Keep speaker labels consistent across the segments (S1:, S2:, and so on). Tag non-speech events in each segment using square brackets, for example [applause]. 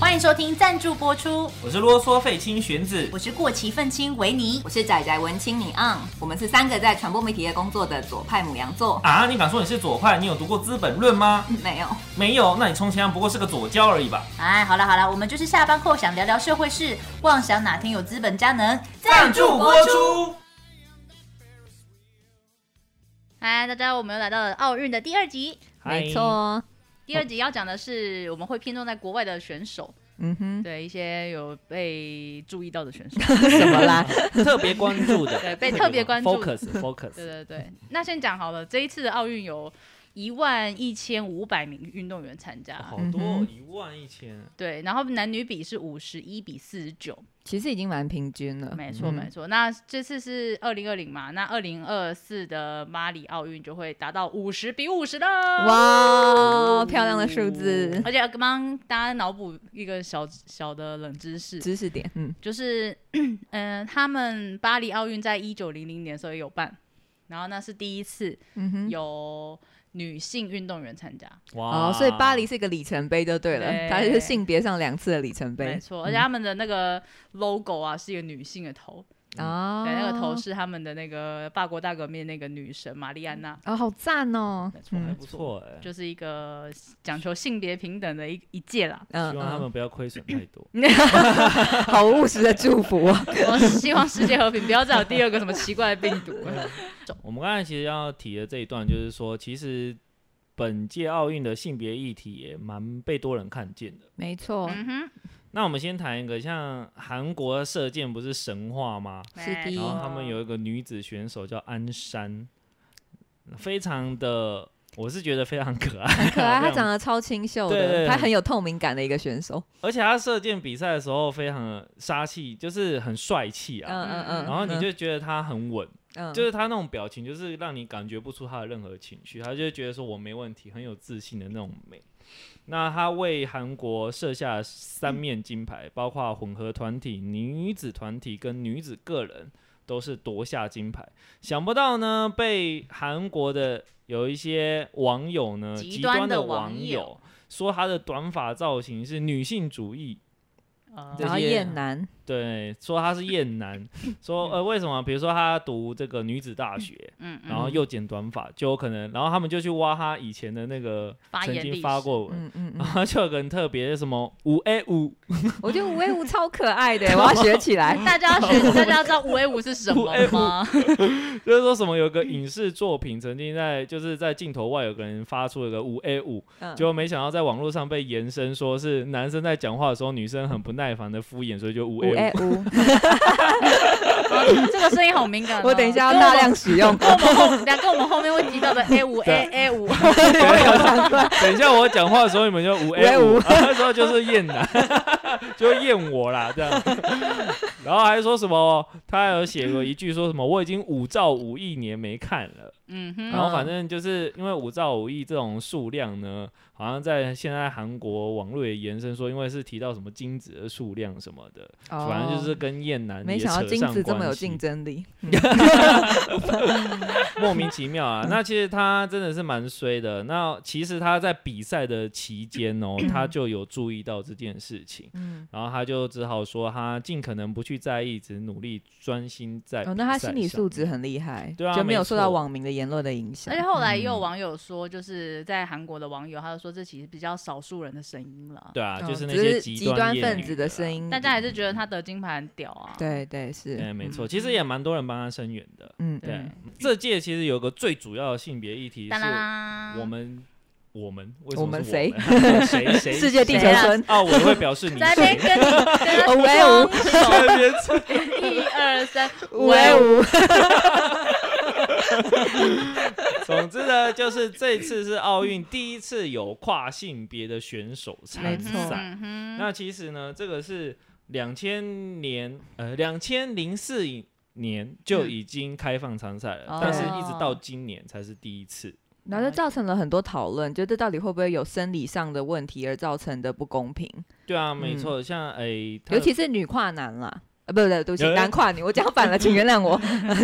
S1: 欢迎收听赞助播出，
S2: 我是啰嗦费青玄子，
S1: 我是过期愤青维尼。
S3: 我是仔仔文青，你昂，我们是三个在传播媒体业工作的左派母羊座。 [laughs]
S2: 啊，你敢说你是左派？你有读过《资本论》吗？
S3: 没有，
S2: 没有，那你充其量不过是个左交而已吧？
S1: 哎，好了好了，我们就是下班后想聊聊社会事，妄想哪天有资本家能
S2: 播出。
S1: 嗨，大家，我们又来到了奥运的第二集。
S2: 嗨，
S3: 错，
S1: 第二集要讲的是，我们会偏重在国外的选手，
S3: 嗯
S1: [laughs]
S3: 哼，
S1: 对一些有被注意到的选手。
S3: 怎么啦？
S4: 特别关注
S3: [laughs]
S4: 的，
S1: 对被特别关注
S4: focus focus，
S1: 对对对，那先讲好了，这一次的奥运有一万一千五百名运动员参加，
S4: 哦
S2: 好
S3: 嗯
S2: 多
S3: 哼
S2: 一万一千，
S1: 对，然后男女比是五十一比四十九，
S3: [laughs] 其实已经蛮平均了，
S1: 没错
S3: 嗯
S1: 没错。那这次是二零二零嘛，那二零二四的巴黎奥运就会达到五十比五十了。！
S3: 哇，漂亮的数字，
S1: 而且刚刚大家脑补一个小小的冷知识，
S3: 知识点，嗯，
S1: 就是， [clears throat] 嗯、他们巴黎奥运在一九零零年的时候也有办，然后那是第一次
S3: 嗯哼，
S1: 有女性运动员参加，
S2: 哇
S3: 哦，所以巴黎是一个里程碑就对
S1: 对
S3: 了，它就是性别上两次的里程
S1: 没
S3: 碑
S1: 错，而且他们的那个 logo 啊是一个女性的头，
S3: 啊，
S1: 对，那个头是他们的那个法国大革命那个女神玛丽安娜，
S3: 哦，好赞哦，
S1: 没错，
S2: 还
S3: 嗯
S2: 不错哎，
S1: 就是一个讲求性别平等的一一届啦。 [laughs]
S3: 嗯
S4: 希望他们不要亏损太多。
S3: 嗯 [laughs] 好务实的祝福
S1: [laughs]
S3: 啊，
S1: 我希望世界和平，不要再有第二个什么奇怪的病毒
S3: [laughs]
S1: 了。
S4: 我们刚才其实要提的这一段，就是说，其实本届奥运的性别议题也蛮被多人看见的。
S3: 没错，
S1: 嗯哼，
S4: 那我们先谈一个，像韩国射箭不是神话吗？
S3: 是的
S1: 没
S4: 然
S1: 错
S4: 后他
S3: 哦
S4: 们有一个女子选手叫安山，非常的，我是觉得非常可爱，哦
S3: 很可爱，
S4: 非
S3: 她
S4: 常
S3: 长得超清秀
S4: 对
S3: 的，
S4: 对
S3: 她很有透明感的一个选手，
S4: 而且他射箭比赛的时候非常的杀气，就是很帅气
S3: 嗯
S4: 啊。
S3: 嗯嗯，
S4: 然后你就觉得他很稳，
S3: 嗯
S4: 就是他那种表情，就是让你感觉不出他的任何情绪，他就觉得说我没问题，很有自信的那种美。那他为韩国设下三面金牌，包括混合团体、女子团体跟女子个人都是夺下金牌。想不到呢，被韩国的有一些网友呢，
S1: 极
S4: 极
S1: 端
S4: 端
S1: 的
S4: 的
S1: 网
S4: 网
S1: 友
S4: 友说他的短发造型是女性主义，
S1: 呃
S4: 这
S3: 然后
S4: 些
S3: 艳男，
S4: 对，说他是厌男， [laughs] 说呃为什么？比如说他读这个女子大学，
S1: 嗯嗯，
S4: 然后又剪短发，就有可能，然后他们就去挖他以前的那个
S1: 发
S4: 曾
S1: 言历
S4: 经发
S1: 史
S4: 过文，
S3: 嗯嗯
S4: 然 [laughs]
S3: 嗯，
S4: 后就有个人特别什么五 A 五
S3: 我觉得五 A 五超可
S4: [laughs]
S3: 爱的，我要学起来。
S1: 大家要学，大家要知道五 A 五是什么吗？
S4: 就是说什么有个影视作品曾经在就是在镜头外有个人发出了个五 A 五，
S3: 嗯
S4: 结果没想到在网络上被延伸说是男生在讲话的时候女生很不耐烦的敷衍，所以就五
S3: 五哎
S4: A
S3: A
S4: 五。
S1: [laughs]
S3: 五，
S1: 这个声音好敏感哦。
S3: 我等一下要大量使用。
S1: 跟我们后，等一下跟我们后面会提
S3: [laughs]
S1: 到的哎 A 五 A A 五，
S4: [laughs] 等一下我讲话的时候你们就五 A 五，
S3: 5A5
S4: [laughs] 那时候就是厌男， [laughs] 就厌我啦这样。然后还说什么，他还有写过一句说什么我已经五兆五亿年没看了，
S1: 嗯哼，
S4: 然后反正就是因为五兆五亿这种数量呢，好像在现在韩国网络也延伸说，因为是提到什么精子的数量什么的，[laughs]
S3: 哦
S4: 反正就是跟厌男
S3: 没
S4: 也
S3: 想到
S4: 扯
S3: 金
S4: 上
S3: 子这么
S4: 关
S3: 有
S4: 系
S3: 竞争力。 [laughs]
S4: 莫名其妙
S3: 嗯
S4: 啊！那其实他真的是蛮衰的。那其实他在比赛的期间
S3: [coughs]
S4: 哦，他就有注意到这件事情，
S3: 嗯，
S4: 然后他就只好说他尽可能不去在意，只努力专心在。
S3: 哦，那他心理素质。很厉害，
S4: 对啊
S3: 就没有
S4: 没
S3: 受到
S4: 错哎
S3: 网民的言论的影响
S1: 而且。后来
S3: 嗯
S1: 也有网友说，就是在韩国的网友，他就说这其实比较少数人的声音了，
S4: 对啊，
S3: 嗯
S4: 就是那
S3: 只
S4: 些
S3: 极
S4: 端啊
S3: 端分子的
S4: 音。
S3: 声音，
S1: 大家还是觉得他得金牌很屌啊。，
S3: 对对是，
S4: 对，哎没错，
S1: 嗯
S4: 其实也蛮多人帮他声援的。
S3: 嗯
S4: 对
S3: 嗯
S4: 啊，这届其实有个最主要的性别议题
S1: 哒啦
S4: 是
S1: 啦，
S4: 我们，我们为什么是
S3: 我
S4: 我
S3: 们
S4: 们
S3: 谁
S4: [laughs] 谁谁
S3: 世界地球
S1: 谁啊
S3: 村，
S4: 奥委会表示你
S1: 在那边
S4: 谁 [laughs]
S1: 跟你跟他
S3: 哦 [laughs] 五 A 五
S1: 双
S4: 在那边
S1: 手一二三，
S3: 五 A
S1: 五，
S3: 五，
S4: 总之呢，就是这次是奥运第一次有跨性别的选手参
S3: 没错
S4: 赛。
S1: 嗯哼
S4: 那其实呢，这个是两千年，呃，两千零四年就已经开放参赛了，
S1: 哦
S4: 但是一直到今年才是第一次。
S3: 然后就造成了很多讨论，就这到底会不会有生理上的问题而造成的不公平，
S4: 对啊，没错，像诶，他
S3: 嗯尤其是女跨男啦。呃，不对，对不起，
S4: 呃
S3: 男跨女，我讲反了，请原
S4: [laughs]
S3: 谅我。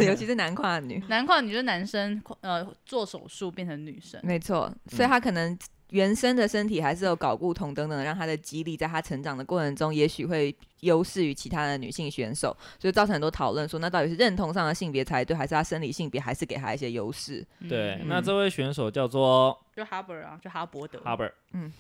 S3: 尤其是男跨女，
S1: 难怪你觉得男生呃做手术变成女生，
S4: 嗯
S3: 没错，所以他可能原生的身体还是有睾固酮等等，让她的肌力在她成长的过程中，也许会优势于其他的女性选手，所以造成很多讨论说，那到底是认同上的性别才对，还是她生理性别还是给她一些优势？
S4: 对，
S1: 嗯
S4: 那这位选手叫做
S1: 就哈伯啊，就哈伯德，
S4: 哈 a
S3: 嗯，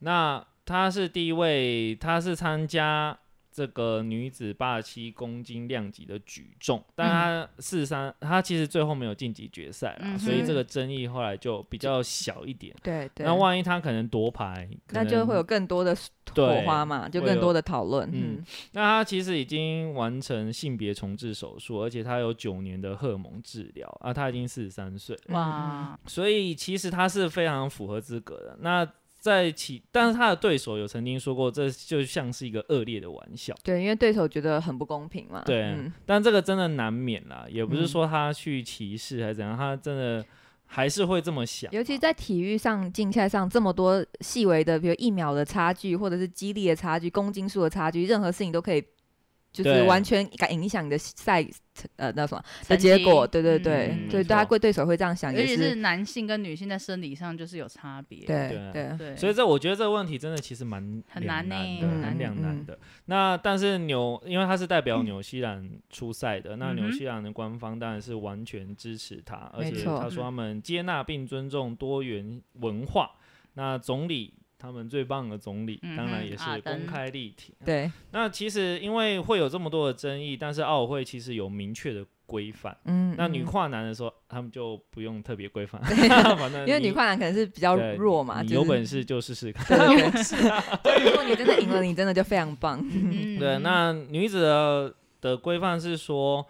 S4: 那她是第一位，她是参加这个女子八十七公斤量级的举重，
S3: 嗯
S4: 但她四十三，她其实最后没有晋级决赛啦，
S1: 嗯哼
S4: 所以这个争议后来就比较小一点。
S3: 对对
S4: 那万一她可能夺牌，可
S3: 那就
S4: 能
S3: 会有更多的火花嘛，就更多的讨论。
S4: 会有
S3: 嗯，
S4: 那他其实已经完成性别重置手术，而且他有九年的荷尔蒙治疗啊，他已经四十三岁，
S3: 嗯
S1: 哇，
S4: 所以其实他是非常符合资格的。那在其，但是他的对手有曾经说过，这就像是一个恶劣的玩笑。
S3: 对，因为对手觉得很不公平嘛。
S4: 对，
S3: 嗯
S4: 但这个真的难免啦，也不是说他去歧视还是怎样，他真的还是会这么想嘛。
S3: 尤其在体育上、竞赛上这么多细微的，比如一秒的差距，或者是肌力的差距、公斤数的差距，任何事情都可以，就是
S4: 对
S3: 完全改影响你的赛呃那什么的
S1: 成
S3: 结
S1: 绩
S3: 果。对对对，
S4: 嗯
S3: 所
S4: 没
S3: 以
S4: 错
S3: 大家对对手会这样想，
S1: 而
S3: 也
S1: 且是男性跟女性在生理上就是有差别，
S3: 对
S4: 对啊
S3: 对。
S1: 对，
S4: 所以这我觉得这个问题真的其实蛮
S1: 很难欸
S4: 两
S1: 呢
S4: 的，
S1: 很
S4: 很
S1: 难
S4: 两
S3: 嗯
S4: 难的。那但是纽，因为他是代表纽西兰出赛的，那
S1: 嗯哼
S4: 纽西兰的官方当然是完全支持他，而
S3: 没
S4: 且
S3: 错
S4: 他
S1: 嗯
S4: 说他们接纳并尊重多元文化。那总理。他们最棒的总理，
S1: 嗯哼
S4: 当然也
S1: 阿
S4: 是
S1: 登
S4: 公开力挺。
S3: 对，
S4: 那其实因为会有这么多的争议，但是奥委会其实有明确的规范。
S3: 嗯，
S4: 那女
S3: 嗯，
S4: 跨男的时候，他们就不用特别规范， [laughs] 反正
S3: 因为
S4: 你
S3: 女跨栏可能是比较
S4: 对
S3: 弱嘛，
S4: 你
S3: 就
S4: 有
S3: 是
S4: 本事就试试看。
S3: [laughs] 对 [laughs]
S4: [laughs]
S3: 对对所以如果你真的赢了，你真的就非常棒。
S1: 嗯
S4: 对，那女子的的规范是说，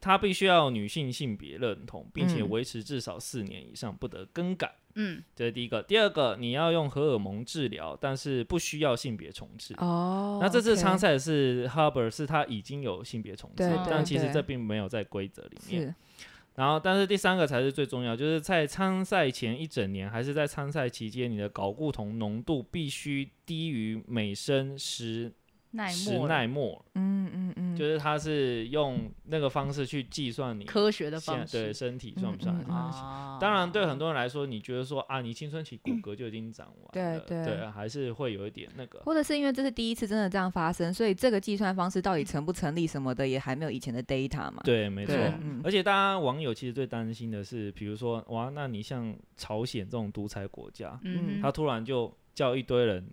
S4: 她必须要有女性性别认同，并且
S3: 嗯
S4: 维持至少四年以上，不得更改。
S1: 嗯
S4: 这是第一个。第二个，你要用荷尔蒙治疗，但是不需要性别重置。
S3: 哦
S4: 嗯那这次参
S3: 赛
S4: 赛是 Huber，是他已经有性别重置
S3: 对
S1: 对，
S4: 但其实
S3: 对
S4: 这并没有在规则里面。
S3: 是
S4: 然后，但是第三个才是最重要，就是在参赛前一整年，还是在参赛期间，你的睾固酮浓度必须低于每升十
S1: 耐
S4: 十
S1: 磨
S4: 奈默尔。
S3: 嗯嗯嗯，
S4: 就是他是用那个方式去计算你
S1: 科学的
S4: 现
S1: 方
S4: 对
S1: 式
S4: 身体算不算
S3: 嗯
S4: 还
S3: 嗯
S4: 是
S3: 嗯
S4: 男性
S1: 啊
S4: 当然，对很多人来说，你觉得说啊，你青春期骨骼就已经长完了，
S3: 对对
S4: 对，还是会有一点那个。
S3: 或者是因为这是第一次真的这样发生，所以这个计算方式到底成不成立什么的，也还没有以前的 data 嘛。
S4: 对，没错
S3: 对，。嗯
S4: 而且大家网友其实最担心的是，比如说哇，那你像朝鲜这种独裁国家，
S1: 嗯
S4: 他突然就叫一堆人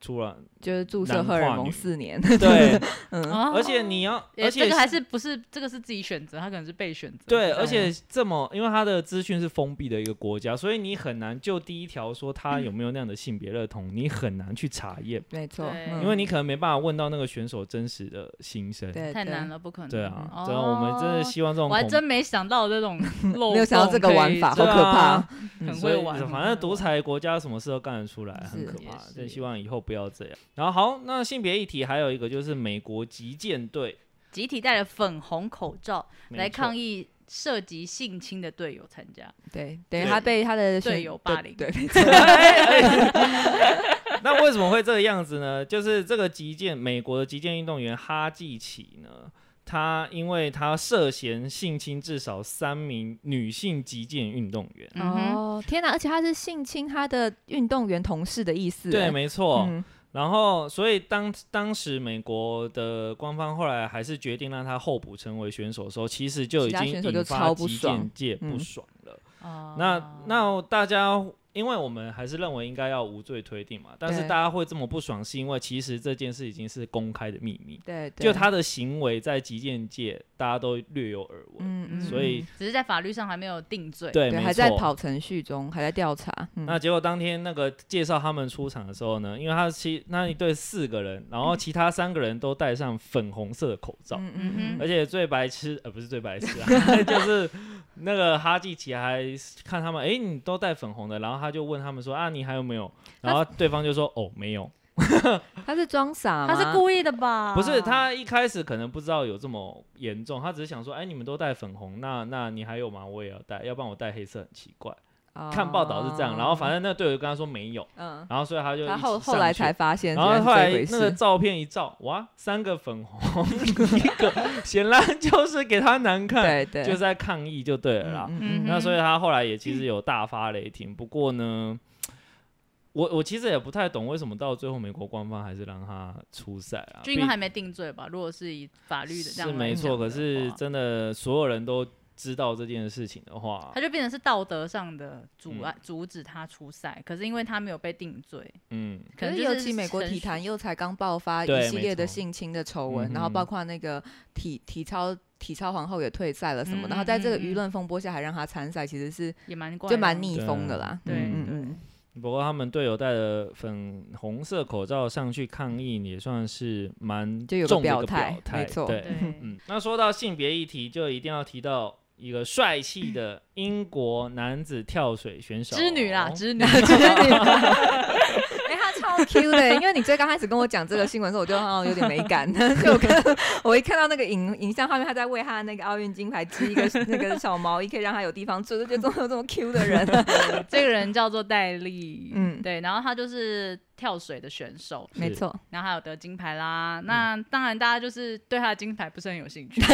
S4: 出
S1: [laughs]
S4: 来，
S3: 就是注射
S4: 男
S3: 荷尔
S4: 跨
S3: 蒙
S4: 女
S3: 四
S4: [laughs]
S3: 年，
S4: 对，
S3: [laughs] 嗯，
S1: 哦
S4: 而且你要，
S1: 诶
S4: 而且
S1: 这个还是不是这个是自己选择，他可能是被选择。
S4: 对，
S1: 这样
S4: 而且这么，因为它的资讯是封闭的一个国家，所以你很难就第一条说他有没有那样的性别认同，你很难去查验，
S3: 没错，
S1: 对
S3: 嗯
S4: 因为你可能没办法问到那个选手真实的心声。
S3: 对
S1: 太难
S3: 了。
S1: 了，不可能。
S4: 对啊，
S1: 哦
S4: 真的，我们真的希望这种
S1: 我还
S4: 恐啊
S1: 真没想到这
S4: [laughs]
S1: 种漏洞，
S3: 没有想到这个玩法，好
S4: 对
S3: 可
S4: 啊
S3: 怕。
S4: 嗯
S1: 很
S4: 所以
S1: 会玩
S4: 反正独裁国家什么事都干得出来，很
S3: 是
S4: 可
S1: 也
S4: 怕。
S1: 是
S4: 真希望以后不要这样。然后好，那性别议题还有一个就是美国击剑队
S1: 集体戴了粉红口罩来抗
S4: 议，
S1: 议涉及性侵的队友参加。
S3: 对，等
S4: 对
S3: 于他被他的
S1: 队
S3: 选
S1: 友
S3: 对
S1: 霸凌
S4: [laughs]
S3: 对，
S4: 那为什么会这个样子呢？就是这个击剑，美国的击剑运动员哈季奇呢，他因为他涉嫌性侵至少三名女性击剑运动员。
S1: 嗯哼，
S3: 哦，天哪！而且他是性侵他的运动员同事的意思。
S4: 对，
S3: 哎
S4: 没错。
S3: 嗯
S4: 然后，所以当当时美国的官方后来还是决定让他候补成为选手的时候，其实就已
S3: 其他
S4: 经
S3: 选手就
S4: 引发
S3: 超不
S4: 击
S3: 爽
S4: 剑界不
S3: 嗯
S4: 爽了。
S1: 哦
S4: 那那大家，因为我们还是认为应该要无罪推定嘛，但是
S3: 对
S4: 大家会这么不爽，是因为其实这件事已经是公开的秘密，
S3: 对，对
S4: 就，他的行为在击剑界大家都略有耳闻，
S3: 嗯嗯，
S4: 所以
S3: 嗯
S1: 只是在法律上还没有定罪。
S4: 对，
S3: 对
S4: 没
S3: 还在
S4: 错。
S3: 跑程序中，还在调查。嗯
S4: 那结果当天那个介绍他们出场的时候呢，因为他其那一队四个人，然后其他三个人都戴上粉红色的口罩，
S3: 嗯
S1: 嗯
S4: 而且最白痴呃不是最白痴
S3: [laughs]
S4: 啊， [laughs] 就是那个哈季奇还看他们，哎、你都戴粉红的，然后他就问他们说啊，你还有没有？然后对方就说哦没有，
S3: 嗯他是装傻
S1: 他
S3: 吗？
S1: 是故意的吧？
S3: 啊
S4: 不是他一开始可能不知道有这么严重，他只是想说，哎、你们都戴粉红，那那你还有吗？我也要戴，要不然我戴黑色很奇怪。
S3: 啊
S4: 看报道是这样，然后反正那个队友跟他说没有，
S3: 哦嗯，
S4: 然后所以他就
S3: 然
S4: 一
S3: 后
S4: 起
S3: 后
S4: 上
S3: 来
S4: 去
S3: 才发现，
S4: 然后后来那个
S3: 是
S4: 照片一照，哇，三个粉红， [laughs] 一个显然就是给他难看，
S3: 对对，
S4: 就是在抗议就对了啦。
S1: 嗯
S4: 那所以他后来也其实有大发雷霆，不过呢，我我其实也不太懂为什么到最后美国官方还是让他出赛啊，
S1: 就因为还没定罪吧？如果是以法律的这样
S4: 是
S1: 来
S4: 没错，
S1: 讲
S4: 可
S1: 的
S4: 是
S1: 话
S4: 真的所有人都知道这件事情的话
S1: 他，就变成是道德上的阻
S4: 嗯
S1: 碍、阻止他出赛。可是因为他没有被定罪，
S4: 嗯，
S1: 可能
S3: 是
S1: 就
S3: 尤
S1: 是
S3: 其美国
S1: 程
S3: 体
S1: 序
S3: 坛又才刚爆发
S4: 对
S3: 一系
S4: 没
S3: 列的
S4: 错
S3: 性侵的丑闻，然后
S4: 嗯哼
S3: 包括那个体体操体操皇后也退赛了什么，
S1: 嗯
S3: 然后在这个
S1: 嗯
S3: 舆
S1: 嗯
S3: 论风波下还让她参赛，其实是
S1: 也蛮怪的，哦
S3: 就蛮逆风的啦。
S1: 对
S3: 嗯
S1: 对
S3: 嗯
S4: 不过他们队友戴着粉红色口罩上去抗议，也算是蛮
S3: 就有个
S4: 重的
S3: 表
S4: 一个
S3: 态
S4: 表态，
S3: 没错
S4: 对，
S1: 对，
S4: 嗯，那说到性别议题，就一定要提到一个帅气的英国男子跳水选手
S1: [laughs] 织女
S3: 哦
S4: 哦
S1: 啦，织
S4: [laughs]
S1: 女，
S3: 哎、她超 Q 的、 [laughs] 因为你最刚开始跟我讲这个新闻的时候，我就好像有点没
S1: [laughs]
S3: 感，所以我看我一看到那个影影像画面，她在为她那个奥运金牌织一个 [laughs] 那个小毛衣，可以让她有地方住，就觉得怎么有这么 Q 的人、啊？
S1: [laughs] 这个人叫做戴笠，
S3: 嗯
S1: 对，然后他就是跳水的选手，
S3: 没
S4: 是哦
S3: 错，
S1: 然后还有得金牌啦。
S4: 嗯
S1: 那当然，大家就是对他的金牌不是很有
S4: [laughs]
S1: 兴趣， [laughs]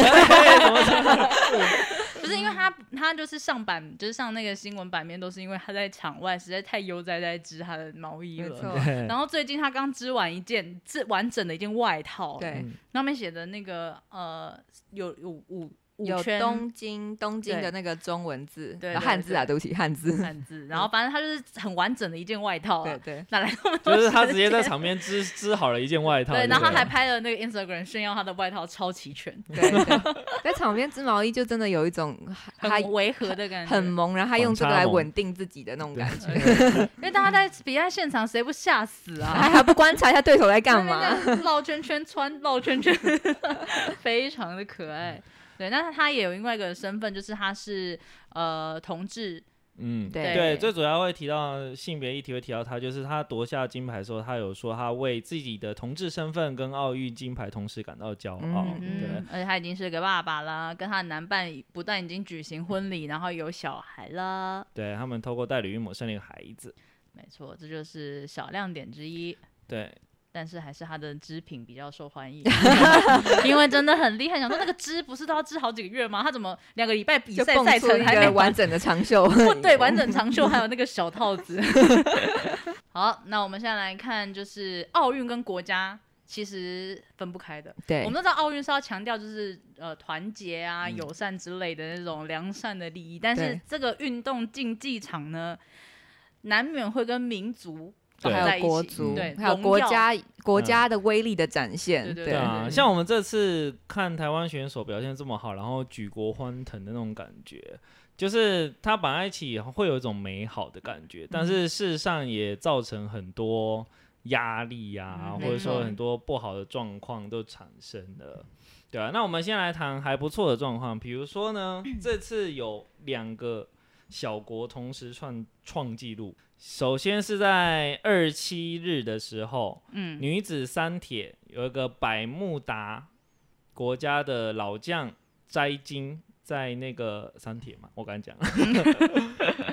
S1: 就是因为他他就是上版，就是上那个新闻版面，都是因为他在场外实在太悠哉在织他的毛衣
S3: 没
S1: 了。
S3: 错，
S4: [laughs]
S1: 然后最近他刚织完一件织完整的一件外套，，
S4: 嗯
S3: 对。
S1: 那面写的那个呃有有五五
S3: 有
S1: 圈
S3: 东京东京
S1: 对
S3: 的那个中文字，
S1: 对
S3: 啊
S1: 对
S3: 汉字啊，
S1: 对
S3: 对不起，汉 [laughs] 字。
S1: 汉字，然后反正他就是很完整的一件外套
S3: 对
S1: 啊，
S3: [laughs] 对，
S1: 哪来那么多
S4: 就是他
S1: 时
S4: 直接在
S1: [laughs] 间
S4: 场边织 [laughs] 织好了一件外套，
S1: 对，然后
S4: 不
S1: 他还拍了那个 Instagram 炫耀他的外套超齐全，
S3: 对对， [laughs] 在场边织毛衣就真的有一种他
S1: 很违和的感觉，
S3: 很萌，然后他用这个
S4: 反差
S3: 来
S4: 萌
S3: 稳定自己的那种感觉。
S1: 对因为大家在比赛现场谁不吓死啊？
S3: 还还不观察一下对手在 [laughs] 干嘛？
S1: 在那边绕圈圈穿绕圈 [laughs] 圈，非常的可爱。对，但是他也有另外一个身份，就是他是呃同志，
S4: 嗯，
S3: 对
S4: 对，最主要会提到性别议题，会提到他，就是他夺下金牌的时候，他有说他为自己的同志身份跟奥运金牌同时感到骄傲，
S3: 嗯
S4: 对
S1: 嗯，而且他已经是个爸爸啦，跟他的男伴不但已经举行婚礼，然后有小孩啦。
S4: 对，他们透过代理孕母生了一个孩子，
S1: 没错，这就是小亮点之一。
S4: 对，
S1: 但是还是他的织品比较受欢
S3: [laughs]
S1: 迎，因为真的很厉害。想说那个织不是都要织好几个月吗？他怎么两个礼拜比
S3: 就
S1: 赛
S3: 蹦
S1: 赛
S3: 出
S1: 程
S3: 一
S1: 还没，
S3: 个完整的 [laughs] 长袖
S1: 对，完整长袖还有那个小套子。 [laughs] 好，那我们现在来看，就是奥运跟国家其实分不开的。
S3: 对
S1: 我们都知道奥运是要强调就是呃团结啊、
S4: 嗯
S1: 友善之类的那种良善的利益，但是
S3: 对
S1: 这个运动竞技场呢，难免会跟民族
S4: 对
S1: 绑
S4: 嗯
S1: 在
S3: 还
S1: 一起，
S3: 有国足
S1: 对，，
S3: 还有
S1: 荣
S3: 国
S1: 耀
S3: 家国家的威力的展现
S1: 对，对嗯
S4: 对啊，
S1: 对
S4: 像我们这次看台湾选手表现这么好，然后举国欢腾的那种感觉，就是它绑在一起会有一种美好的感觉，
S1: 嗯
S4: 但是事实上也造成很多压力呀、
S1: 嗯
S4: 或者说
S1: 没错
S4: 很多不好的状况都产生了。对啊，那我们先来谈还不错的状况，比如说呢，这次有两个小国同时创创纪录，首先是在二七日的时候，
S1: 嗯，
S4: 女子三铁有一个百慕达国家的老将摘金，在那个三铁嘛，我敢讲，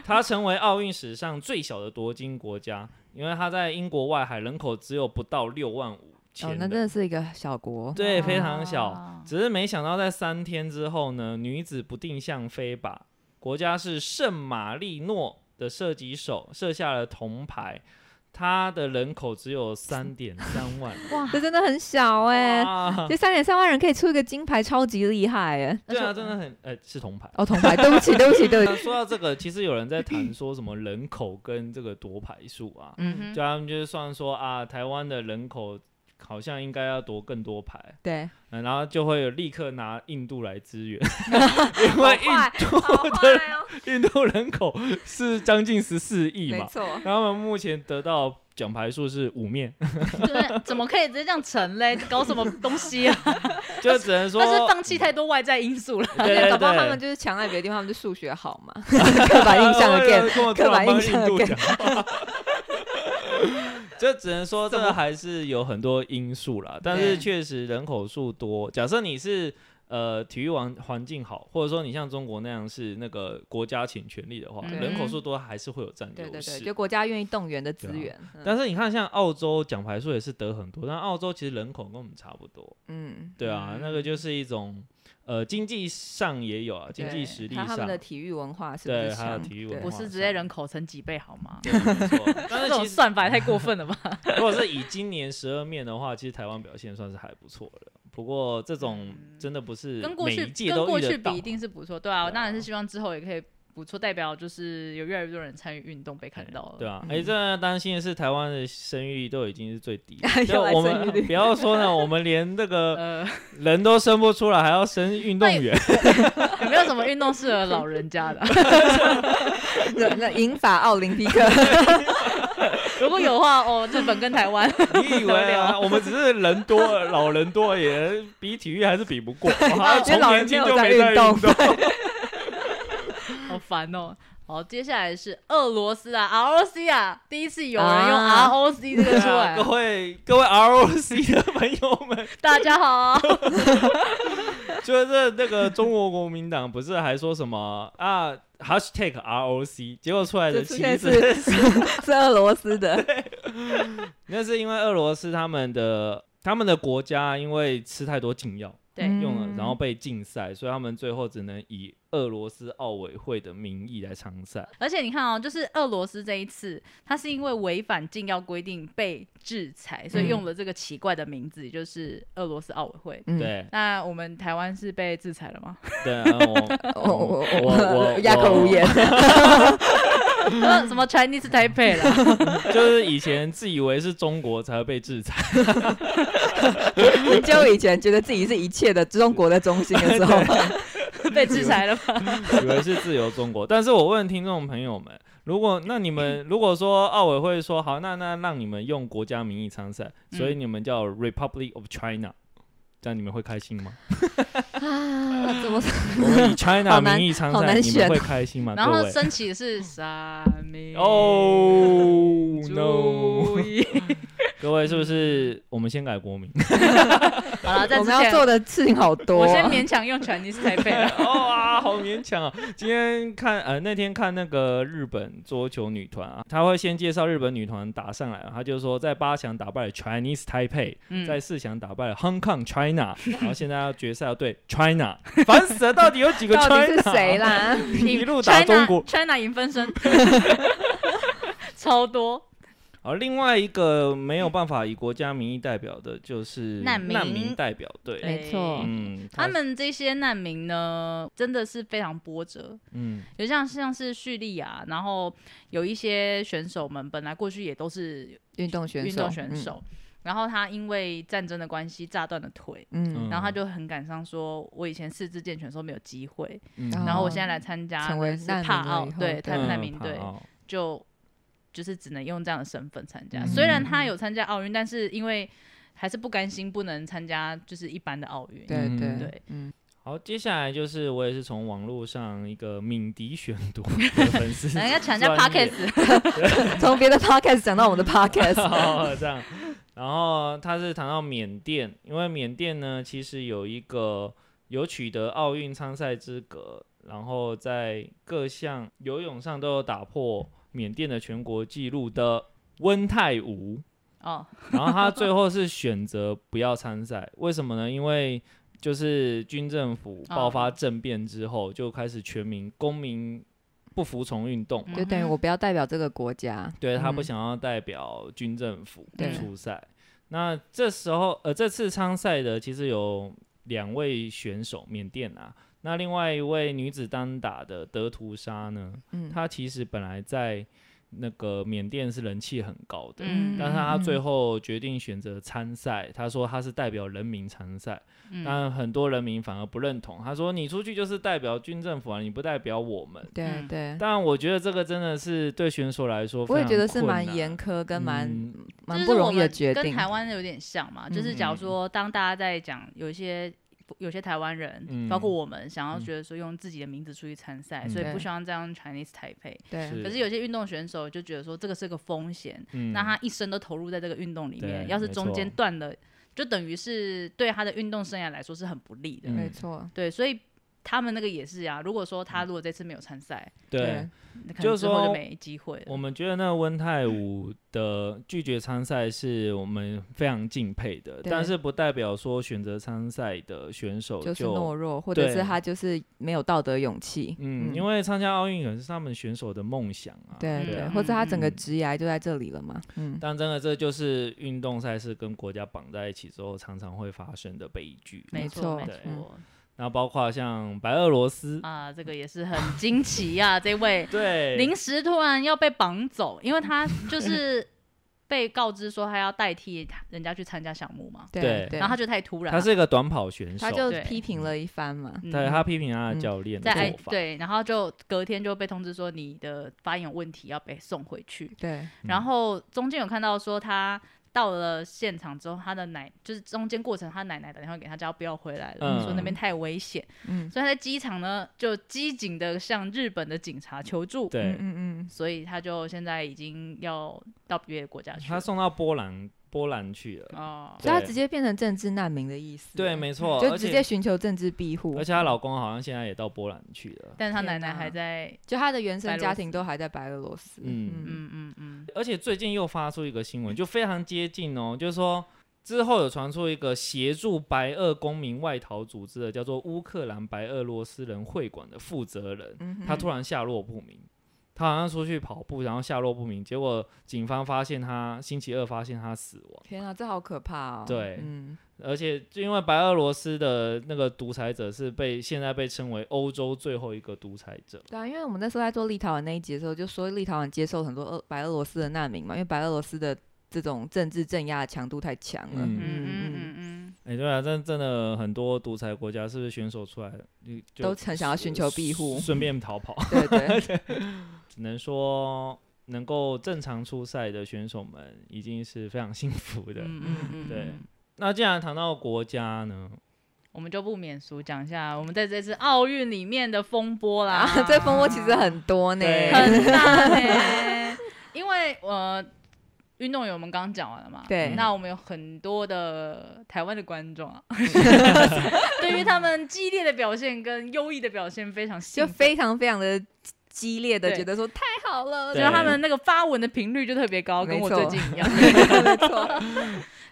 S4: 她成为奥运史上最小的夺金国家，因为她在英国外海人口只有不到六万五
S3: 哦，
S4: 千
S3: 那真
S4: 人，
S3: 的是一个小国，
S4: 对，非常小。
S1: 啊
S4: 只是没想到在三天之后呢，女子不定向飞靶，国家是圣马力诺的射击手射下了铜牌。她的人口只有三点三万，
S1: 哇，
S3: 这真的很小哎。
S4: 哇
S3: [laughs] 这三点三万人可以出一个金牌，超级厉害哎！
S4: 对啊，真的很呃是铜牌。
S3: 哦，铜牌，对不起，对不起， [laughs] 对嗯不
S4: 那
S3: 起。
S4: 说到这个，其实有人在谈说什么人口跟这个夺牌数啊，
S1: 嗯
S4: 就他们就是算说啊，台湾的人口好像应该要夺更多牌，
S3: 对，
S4: 嗯然后就会有立刻拿印度来支
S3: [laughs]
S4: 援，
S3: 因
S4: 因为
S3: 坏
S4: 印度
S3: 好
S4: 的
S3: 坏哦，
S4: 印 [laughs] 度人口是将近十四亿 [laughs]
S3: 没
S4: 嘛，
S3: 错，
S4: 然后他们目前得到奖牌数是五
S3: [laughs]
S4: 面，
S1: 哼，
S4: 嗯
S1: 就是怎么可以直接这样沉嘞？
S4: [laughs]
S1: 搞什么东西啊？
S4: 就只能
S1: [laughs]
S4: 说
S1: 但是放弃太多外在因素了。
S4: 对对
S3: 搞不好他
S4: 对
S3: 们就是强在别的地方，他们就数学好 [laughs] 嘛，刻板印象的 g a
S4: 哎
S3: [laughs]
S4: 跟我突
S3: 刻
S4: 然
S3: 板
S4: 帮
S3: 印象
S4: 印度
S3: again
S4: 讲
S3: [laughs]
S4: 话。就只能说，这还是有很多因素啦。但是确实人口数多，假设你是呃体育环环境好，或者说你像中国那样是那个国家请权力的话，
S3: 对
S4: 人口数多还是会有占
S3: 嗯对
S4: 优
S3: 对对，
S4: 势。
S3: 就国家愿意动员的资
S4: 对啊
S3: 源。嗯
S4: 但是你看，像澳洲奖牌数也是得很多，但澳洲其实人口跟我们差不多，
S3: 嗯，
S4: 对啊，那个就是一种呃经济上也有啊，经济
S1: 对
S4: 实力
S3: 他他
S4: 上
S3: 们的体育文化是不
S4: 对
S3: 是
S4: 还有
S3: 强
S4: 体育
S3: 对
S4: 文
S1: 不
S4: 化
S1: 是直接人口乘几倍好吗？
S4: 对没错 [laughs] 但
S1: 这
S4: 是
S1: 种
S4: 其实
S1: 算法也太过分了吧？
S4: [laughs] 如果是以今年十二面的话，其实台湾表现算是还不错了。不过这种真的不是
S1: 跟过
S4: 每
S1: 去
S4: 一届
S1: 跟
S4: 都
S1: 过
S4: 遇
S1: 去
S4: 得到
S1: 比，一定是不错，对啊，
S4: 对
S1: 我
S4: 啊
S1: 当然是希望之后也可以不错，代表就是有越来越多人参与运动被看到了。
S4: 对啊，
S3: 嗯
S4: 哎、这担心的是台湾的生育率都已经是最低
S3: 又
S4: 了，就
S3: 来
S4: 我
S3: 生育
S4: 们 [laughs]
S3: 率
S4: 不要说呢，我们连那个
S1: 呃，
S4: 人都生不出来，还要生运动员，
S1: 有没有什么运动适合老人家
S4: [laughs]
S1: 的啊、
S3: 那那英法奥林匹 [laughs] 克，
S1: 如果有的话，哦，日本跟台湾
S4: 你以为啊？ [laughs] 我们只是人多，老人多也比体育还是比不过，哇
S3: 觉
S4: 从
S3: 得老
S4: 年
S3: 人没
S4: 轻
S3: 有
S4: 就
S3: 在
S4: 没在
S3: 运动
S4: 运动。 [laughs]
S1: 好烦哦。好，接下来是俄罗斯啊，ROC 啊，第一次有人用
S3: 啊
S1: ROC 这 [laughs] 个出
S4: [laughs]
S1: 来，
S4: 各位各位 ROC 的朋友们，
S1: 大家
S4: [laughs]
S1: 好，
S4: 就是那个中国国民党不是还说什么啊？#hashtag ROC，结果出来的
S3: 这
S4: 其
S3: 出现
S4: 实
S3: 是俄罗斯的，
S4: [laughs]
S3: [laughs]
S4: 那是因为俄罗斯他们的他们的国家因为吃太多禁药
S1: 对
S3: 嗯
S4: 用了，然后被禁赛，所以他们最后只能以俄罗斯奥委会的名义来参赛。
S1: 而且你看哦，就是俄罗斯这一次，它是因为违反禁药规定被制裁，所以用了这个奇怪的名字，也就是俄罗斯奥委会。
S3: 嗯，
S4: 对
S1: 那我们台湾是被制裁了吗？
S4: 对，呃
S3: 我
S4: 我
S3: 我
S4: 我
S3: 我哑口
S4: [laughs]
S3: 无言。
S1: 呃 [laughs] 什么 Chinese Taipei [laughs] 啦？
S4: 我 [laughs] 就是以前自以为是中国才会被制裁，
S3: 很久以前觉得自己是一切的中国的中心的
S4: [laughs]
S3: 时候， [laughs]
S1: 被制裁了吗？
S4: 以为是自由中国。但是我问听众朋友们，如果那你们
S3: 嗯
S4: 如果说奥委会说好，那那让你们用国家名义参赛，
S1: 嗯
S4: 所以你们叫 Republic of China，这样你们会开
S3: [laughs]
S4: 心吗？
S3: 啊，怎么
S4: 我们以 China
S3: 好难
S4: 名义参
S3: 好
S4: 赛，
S3: 难
S4: 你们
S3: 选
S4: 会开心吗？
S1: 然
S4: 各
S1: 后
S4: 位？
S1: 升起是三民
S3: [laughs]
S4: 哦、no！
S1: 主义。
S4: 各位是不是我们先改国名？
S1: 好了，在
S3: 我
S1: 之
S3: 们要
S1: 前
S3: 做的事情好多
S1: [laughs] 我先
S3: 啊。
S1: 勉强用 Chinese Taipei
S4: [laughs]
S1: 了。
S4: 哦啊，好勉强啊！今天看呃那天看那个日本桌球女团啊，她会先介绍日本女团打上来，啊她就说在八强打败了 Chinese Taipei，、
S1: 嗯
S4: 在四强打败了 Hong Kong
S1: [laughs]
S4: China，然后现在要决赛要对 China，烦 [laughs] 死了！到底有几个 China？
S3: 到底是谁？啦？
S1: 一
S4: 一路打中国
S1: China 赢分身， [laughs] 超多。
S4: 好，另外一个没有办法以国家名义代表的就是
S1: 难民
S4: 代表队，
S1: 对
S3: [laughs] 没错，
S4: 嗯，
S1: 他们这些难民呢，真的是非常波折。
S4: 嗯
S1: 有像像是叙利亚，然后有一些选手们本来过去也都是
S3: 运动选手，
S1: 运动选手，嗯然后他因为战争的关系炸断了腿，
S3: 嗯，
S4: 嗯
S1: 然后他就很感伤，说我以前四肢健全的时候没有机会，
S4: 嗯，
S3: 哦
S1: 然后我现在来参加
S3: 成为
S1: 的是
S3: 难民
S1: 帕
S3: 了
S1: 奥
S3: 以后嗯
S1: 对
S3: 对
S1: 台
S3: 湾
S1: 难民
S4: 帕
S1: 队、
S4: 奥
S1: 就就是只能用这样的身份参加。
S3: 嗯
S1: 虽然他有参加奥运，但是因为还是不甘心不能参加就是一般的奥运，
S3: 嗯，对
S4: 嗯
S1: 对， [laughs]
S3: 嗯， [laughs]
S4: 好，接下来就是我也是从网络上一个敏迪选读
S1: [laughs]
S4: 的粉丝 [laughs] 专
S1: 人
S4: 业，
S1: 家哎抢人家 pockets，
S3: 从别的 podcast 讲到我们的
S1: [laughs]
S3: podcast，
S4: 哦这样。然后他是谈到缅甸，因为缅甸呢其实有一个有取得奥运参赛资格，然后在各项游泳上都有打破缅甸的全国纪录的温泰武。
S1: 哦，
S4: 然后他最后是选择不要参赛，为什么呢？因为就是军政府爆发政变之后，就开始全民公民不服从运动嘛，
S3: 就等于我不要代表这个国家，
S4: [laughs] 对他
S3: 嗯
S4: 不想要代表军政府
S3: 对
S4: 出赛。那这时候，呃，这次参赛的其实有两位选手，缅甸啊，那另外一位女子单打的德图莎呢，
S3: 嗯
S4: 她其实本来在那个缅甸是人气很高的，
S1: 嗯
S4: 但是他最
S3: 后
S4: 后决定选择参赛，他说他是代表人民参赛，
S1: 嗯
S4: 但很多人民反而不认同，他说你出去就是代表军政府啊，你不代表我们。
S3: 对
S1: 嗯
S3: 对，
S4: 但我觉得这个真的是对选手来说，
S3: 我也觉得是蛮严
S4: 苛
S3: 苛跟蛮
S4: 嗯
S3: 蛮
S1: 就
S3: 不
S1: 是
S3: 容
S1: 我
S3: 易的
S1: 们
S3: 决
S1: 跟
S3: 定。嗯
S1: 台湾有点像嘛，就是假如说当大家在讲有一些。有些台湾人，
S4: 嗯
S1: 包括我们，想要
S4: 嗯
S1: 觉得说用自己的名字出去参赛，
S4: 嗯
S1: 所以不
S3: 对
S1: 希望这样 Chinese Taipei。
S3: 对
S4: 是
S1: 可是有些运动选手就觉得说这个是个风险，
S4: 嗯
S1: 那他一生都投入在这个运动里面，
S4: 对
S1: 要是
S4: 没
S1: 中间
S4: 错
S1: 断了就等于是对他的运动生涯来说是很不利的。
S4: 嗯
S3: 没错，
S1: 对，所以他们那个也是啊。如果说他如果这次没有参赛，
S4: 对，，
S1: 那可
S4: 嗯就
S1: 能
S4: 是
S1: 之后
S4: 说
S1: 就没机会了。
S4: 我们觉得那个温泰武的拒绝参赛是我们非常敬佩的，
S3: 对
S4: 但是不代表说选择参赛的选手
S3: 就是懦弱，或者
S4: 对
S3: 是他就是没有道德勇气，
S4: 嗯，因为参加奥运可能是他们选手的梦想啊。
S3: 对
S1: 对
S3: 对，
S1: 啊
S3: 或者他整个
S4: 嗯
S3: 职涯就在这里了嘛，嗯，
S4: 但真的这就是运动赛事跟国家绑在一起之后常常会发生的悲剧。
S1: 没
S3: 没错
S1: 错，嗯没
S4: 对
S1: 错
S4: 那包括像白俄罗斯，
S1: 啊，这个也是很惊奇呀、这位
S4: 对，
S1: 临时突然要被绑走，因为他就是被告知说他要代替他人家去参加项目嘛，
S4: 对
S3: 对，
S1: 然后他就太突然
S4: 他
S1: 了，
S4: 是一个短跑选手，
S3: 他就
S1: 对
S3: 批评了一番嘛，
S1: 嗯
S4: 对他批评他的教练的
S1: 在
S4: 做法，
S1: 对，然后就隔天就被通知说你的发言有问题，要被送回去。
S3: 对，
S4: 嗯
S1: 然后中间有看到说他到了现场之后，他的奶就是中间过程，他奶奶打电话给他叫他不要回来了，
S4: 嗯
S1: 说那边太危险，
S3: 嗯
S1: 所以他在机场呢就机警的向日本的警察求助。
S4: 对
S3: 嗯嗯嗯，
S1: 所以他就现在已经要到别的国
S3: 嗯
S1: 家去
S4: 他
S1: 了。
S4: 送到波兰，波兰去了。
S1: 哦，
S3: 所以他
S4: 对
S3: 直接变成政治难民的意思，
S4: 对，，没错，
S3: 就
S4: 而
S3: 直
S4: 且
S3: 接嗯寻求政治庇护
S4: 而，且她老公好像现在也到波兰去了。
S1: 但是他奶
S3: 天
S1: 奶
S3: 哪
S1: 还在，
S3: 就他的原
S1: 白
S3: 生
S1: 俄
S3: 家
S1: 罗
S3: 庭都还在白俄罗斯，
S4: 嗯
S3: 嗯，
S1: 嗯嗯嗯，
S4: 而且最近又发出一个新闻，就非常接近哦，就是说之后有传出一个协助白俄公民外逃组织的叫做乌克兰白俄罗斯人会馆的负责人，
S3: 嗯哼
S4: 他突然下落不明。他好像出去跑步，然后下落不明，结果警方发现他星期二发现他死亡。
S3: 天啊，这好可怕哦，
S4: 对
S3: 嗯，
S4: 而且就因为白俄罗斯的那个独裁者是被现在被称为欧洲最后一个独裁者，
S3: 对啊，因为我们那时候在做立陶宛那一集的时候，就说立陶宛接受很多俄白俄罗斯的难民嘛，因为白俄罗斯的这种政治镇压的强度太强了。
S4: 嗯
S1: 嗯嗯嗯嗯，
S4: 哎、对啊，真真的很多独裁国家是不是选手出来就就
S3: 都很想要寻求庇护
S4: 顺便逃跑？ [laughs]
S3: 对对
S4: 只能说能够正常出赛的选手们已经是非常幸福的。
S1: 嗯嗯嗯，
S4: 对
S1: 嗯
S4: 那既然谈到国家呢，
S1: 我们就不免俗讲一下我们在这次奥运里面的风波啦
S3: 啊，， [laughs] 这风波其实很多呢。
S4: 嗯 [laughs] 对
S1: 很大呢，因为呃，运动员我们刚刚讲完了嘛，
S3: 对
S1: 那我们有很多的台湾的观众
S3: [laughs]
S1: 啊，对于他们激烈的表现跟优异的表现非常兴
S3: 就
S1: 奋
S3: 非常非常的激烈的
S1: 对
S3: 觉得说太好了，
S4: 对
S1: 然后他们那个发文的频率就特别高，跟
S3: 没
S1: 我
S3: 错
S1: 最近一样。
S3: 没错。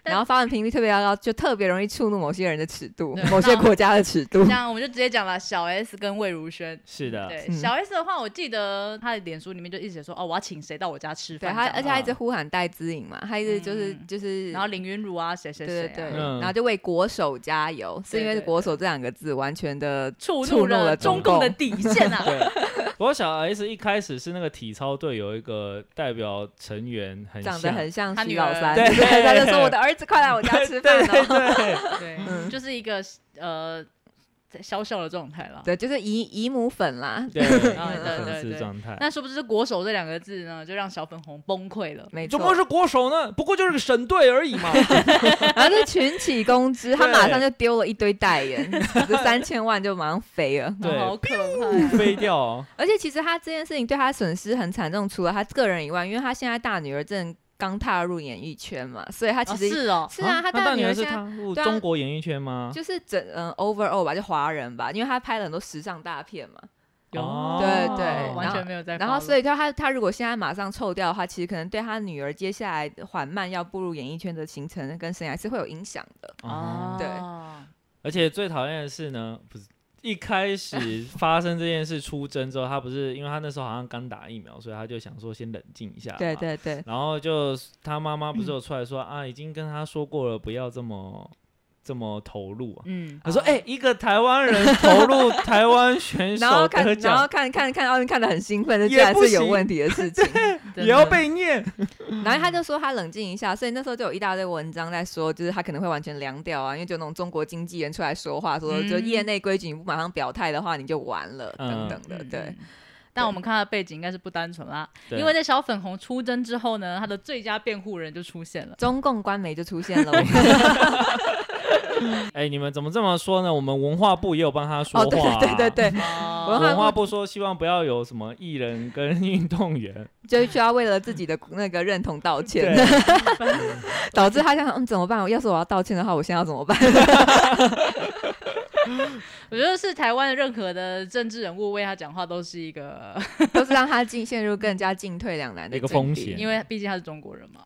S3: 然后发文频率特别高，就特别容易触怒某些人的尺度
S1: 对，
S3: 某些国家的尺度
S1: 这。 [laughs] 样我们就直接讲了，小 S 跟魏如萱。
S4: 是的，
S1: 对，
S3: 嗯
S1: 小 S 的话，我记得她的脸书里面就一直写说，哦，我要请谁到我家吃
S3: 对
S1: 饭，
S3: 他，
S1: 这样
S3: 而且他一直呼喊戴资颖嘛，他一直就是
S1: 啊嗯
S3: 就是，
S1: 然后林云如啊，谁谁谁
S3: 对对
S1: 啊，
S3: 对，
S4: 嗯
S3: 然后就为国手加油，是因
S1: 对
S3: 为
S1: 对
S3: 国手这两个字完全的
S1: 触
S3: 触怒
S1: 了
S3: 了
S1: 中
S3: 中
S1: 共的
S3: 共
S1: 底线
S3: [laughs]
S1: 啊。
S4: 对，不过小 S 一开始是那个体操队有一个代表成员很
S3: 长得
S4: 像 [laughs]
S3: 很像
S1: 他
S3: 徐
S1: 女
S3: 老
S1: 儿
S3: 三，
S4: 对
S3: 就是他就说我的儿子快来我家吃饭
S4: 对
S3: 了。
S4: 对，
S1: 对，
S3: 嗯
S1: 就是一个呃在小小的状态了。
S3: 对，就是姨姨母粉啦，
S4: 对
S3: [laughs]
S4: 对
S3: 哦
S1: 啊对
S4: 粉丝
S1: 对
S4: 状态。
S1: 那是不是“国手”这两个字呢，就让小粉红崩溃了？
S3: 没错
S4: 中。国是国手呢，不过就是个省队而
S3: [laughs]
S4: 已嘛。
S3: 然后就群起攻之，他
S4: 对
S3: 马上就丢了一堆代言，这三千万就马上飞了。
S4: 对
S1: 好可怕呀！
S4: 飞掉、哦，
S3: 而且其实他这件事情对他损失很惨重，除了他个人以外，因为他现在大女儿正刚踏入演艺圈嘛，所以他其
S1: 哦
S3: 实、
S1: 是哦，
S3: 是啊，他
S4: 那大
S3: 女
S4: 女
S3: 儿
S4: 儿是
S3: 现在
S4: 踏入
S3: 对啊
S4: 中国演艺圈吗？
S3: 就是整嗯 overall 吧，就华人吧，因为他拍了很多时尚大片嘛，
S1: 有
S4: 哦
S3: 对对然后
S1: 完全没有在 follow。
S3: 然后所
S1: 以
S3: 以他他他如果现在马上臭掉的话，其实可能对他女儿接下来缓慢要步入演艺圈的行程跟生涯是会有影响的。
S4: 哦，
S3: 对
S1: 嗯对，
S4: 而且最讨厌的是呢，不是一开始发生这件事出征之后，他不是因为他那时候好像刚打疫苗，所以他就想说先冷静一下。
S3: 对。对对，
S4: 然后就他妈妈不是有出来说、啊，已经跟他说过了，不要这么这么投入、啊。
S1: 嗯，
S4: 他说：“哎、一个台湾人投
S3: [laughs]
S4: 入台湾选
S3: 然后
S4: 手
S3: 看
S4: 得
S3: 然后
S4: 奖，
S3: 看看看奥运看得很兴奋，这
S4: 也
S3: 竟然
S4: 不
S3: 是有
S4: 行
S3: 问题的事情。
S1: 真
S4: 也要
S1: 的
S4: 被念。
S3: 然
S4: 嗯
S3: 后他就说他冷静一下，所以那时候就有一大堆文章在说，就是他可能会完全凉掉啊，因为就有那种中国经纪人出来说话，说
S1: 嗯
S3: 就业内规矩你不马上表态的话，你就完了、
S4: 嗯
S3: 等等的，
S1: 嗯
S3: 对。
S1: 嗯但我们看他的背景应该是不单纯啦，
S4: 对
S1: 因为在小粉红出征之后呢，他的最佳辩护人就出现了。
S4: [laughs]
S3: 中共官媒就出现了，
S4: 哎、你们怎么这么说呢？我们文化部也有帮他说
S3: 哦，
S4: 话、啊
S3: 对对对对对，
S1: 哦
S3: 文
S4: 文化
S3: 化
S4: 部说希望不要有什么艺人跟 [laughs] 运动
S3: [laughs]
S4: 员，
S3: 就需要为了自己的那个认同道歉
S4: 对，
S3: 导致他想嗯怎么办？要是我要道歉的话，我现在要怎么办？ [laughs]
S1: 我觉得是台湾任何的政治人物为他讲话都是一个，
S3: 都是让他进陷入更加进退两难的
S4: 一个
S3: 境
S4: 风
S3: 地
S4: 险
S1: 因为毕竟他是中国人嘛。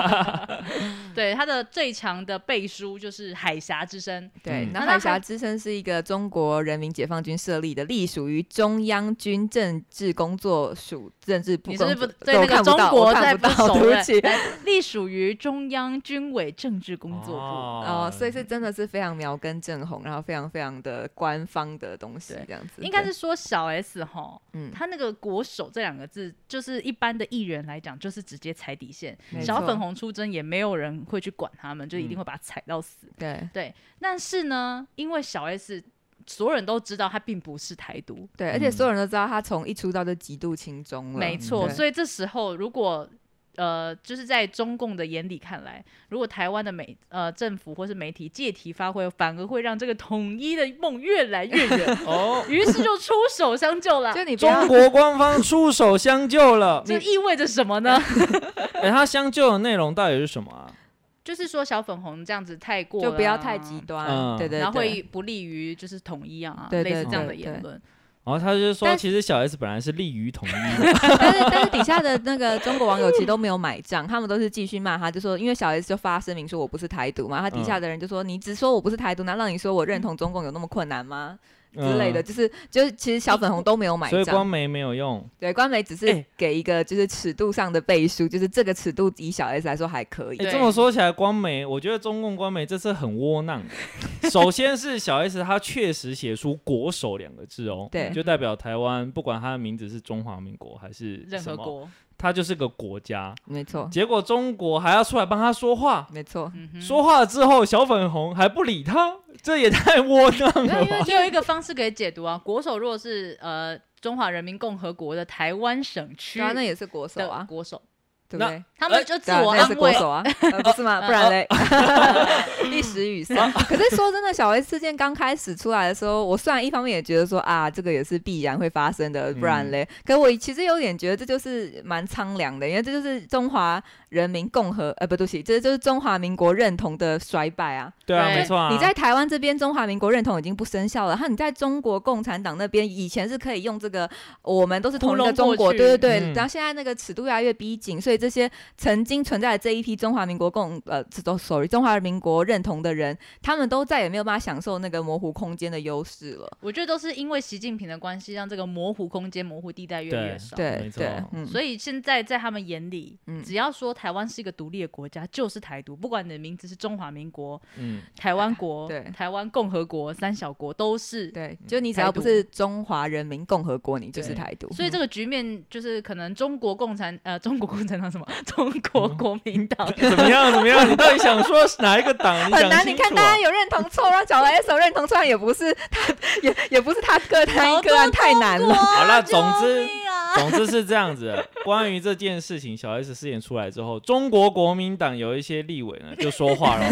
S1: [laughs] 对，他的最强的背书就是《海峡之声》，
S3: 对，
S4: 嗯
S3: 然后
S1: 那
S3: 海
S1: 他
S3: 峡之声是一个中国人民解放军设立的，隶属于中央军政治工作署政治部
S1: 你
S3: 工
S1: 是
S3: 作。
S1: 不是对
S3: 我
S1: 那个
S3: 看不
S1: 中
S3: 到
S1: 国
S3: 我看
S1: 在
S3: 不到，
S1: 熟
S3: 对
S1: 了哎
S3: 不起。？
S1: 隶属于中央军委政治工作部。
S3: 哦，所以是真的是非常苗根正红，然后非常非常的官方的东西
S1: 对，
S3: 这样子
S1: 应该
S3: 对
S1: 是说小 S 哈，
S3: 嗯，
S1: 他那个“国手”这两个字，就是一般的艺人来讲，就是直接踩底线。
S3: 没
S1: 小
S3: 错
S1: 粉红出征也没有人会去管他们，就一定会把他踩到死。
S3: 对
S1: 但是呢，因为小 S 所有人都知道他并不是台独，
S3: 对，而且
S4: 嗯
S3: 所有人都知道他从一出道就极度轻中了，
S1: 没错，
S3: 对
S1: 所以这时候如果呃，就是在中共的眼里看来，如果台湾的媒呃政府或是媒体借题发挥，反而会让这个统一的梦越来越 [laughs] 远，
S3: [laughs]
S4: 哦，
S1: 于是就出手相救了。
S3: 就你不要
S4: 中国官方出手相救了。 [laughs]
S1: 这意味着什么呢？
S4: 哎、他相救的内容到底是什么啊？
S1: [laughs] 就是说小粉红这样子太过，啊
S3: 就不要太极，端，
S4: 嗯
S3: 对对，
S1: 然后
S3: 对
S1: 会不利于就是统一啊，
S3: 对
S1: 类似这
S3: 对
S1: 样的
S3: 对
S1: 言
S3: 对
S1: 论。
S4: 然哦后他就是说，
S3: 但
S4: 其实小 S 本来是利于统一的，
S3: 但是但是底下的那个中国网友其实都没有买账，他们都是继续骂他，就说因为小 S 就发声明说我不是台独嘛，他底下的人就说、你只说我不是台独，难道你说我认同中共有那么困难吗？ [laughs] 之类
S4: 嗯
S3: 的，就是就是其实小粉红都没有买
S4: 所以官
S3: 账，
S4: 媒没有用。
S3: 对官媒只是
S4: 哎
S3: 给一个就是尺度上的背书，就是这个尺度以小 S 来说还可以，
S4: 哎、
S1: 对
S4: 这么说起来，官媒，我觉得中共官媒这次很窝
S1: [laughs]
S4: 囊。首先是小 S，她确实写出“国手”两个字哦，
S3: 对
S4: 就代表台湾，不管它的名字是中华民国还是
S1: 任
S4: 什
S1: 何
S4: 么，
S1: 国，哦
S4: 它就是个国家。
S3: 没错
S4: 结果中国还要出来帮他说话，
S3: 没错，
S1: 嗯哼，
S4: 说话之后小粉红还不理他，这也太窝囊
S3: [laughs]
S1: 没有，
S4: 了
S1: 因为
S4: 吧！
S1: 只有一个方式可以解读啊。国手如果是呃中华人民共和国的台湾省区
S3: 对啊，那也是国手
S1: 的
S3: 啊，
S1: 国手，
S3: 对不
S4: 那
S3: 对？
S1: 他们就自
S3: 对啊
S1: 我
S3: 那也是
S1: 安
S3: 国
S1: 慰。
S3: 手 [laughs] 啊，呃不是吗？不然嘞，哦一时哦语塞。可是说真的，小 S 事件刚开始出来的时候，我虽然一方面也觉得说啊，这个也是必然会发生的，不然嘞，可我其实有点觉得这就是蛮苍凉的，因为这就是中华人民共和，呃，不对不起，这就是中华民国认同的衰败啊。
S4: 对啊，
S1: 对
S4: 没错啊，
S3: 你在台湾这边中华民国认同已经不生效了，然后你在中国共产党那边以前是可以用这个，我们都是同一个中
S1: 糊弄过
S3: 国，
S1: 去
S3: 对对对，
S4: 嗯
S3: 然后现在那个尺度越来越逼紧，所以这些曾经存在的这一批中华民国共呃，这都 sorry 中华民国认同的人，他们都再也没有办法享受那个模糊空间的优势了，
S1: 我觉得都是因为习近平的关系，让这个模糊空间、模糊地带越来越
S4: 对
S1: 少。
S3: 对
S4: 没错
S3: 对，嗯，
S1: 所以现在在他们眼里，
S3: 嗯
S1: 只要说台湾是一个独立的国家，就是台独，不管你的名字是中华民国、
S4: 嗯，
S1: 台湾国、
S3: [laughs] 对
S1: 台湾共和国、三小国，都是。
S3: 对，就你只要不是中华人民共和国，你就是台独，
S4: 嗯
S1: 所以这
S3: 个
S1: 个局面就是可能中国共产呃中国共产党什么
S3: [laughs]
S1: 中国国民党
S4: 怎么样？怎么样？你到底想说是哪一个党？你
S3: 很
S4: 讲
S3: 难，
S4: 清
S3: 你
S4: 楚
S3: 看大
S4: 啊
S3: 家有认同错，让小 S 有认同错，也不是他，也也不是他个他一个案，太难了。
S4: 好啦，总之
S1: 救。命啊
S4: 总之是这样子的，关于这件事情，小 S 事件出来之后，中国国民党有一些立委呢就说话了，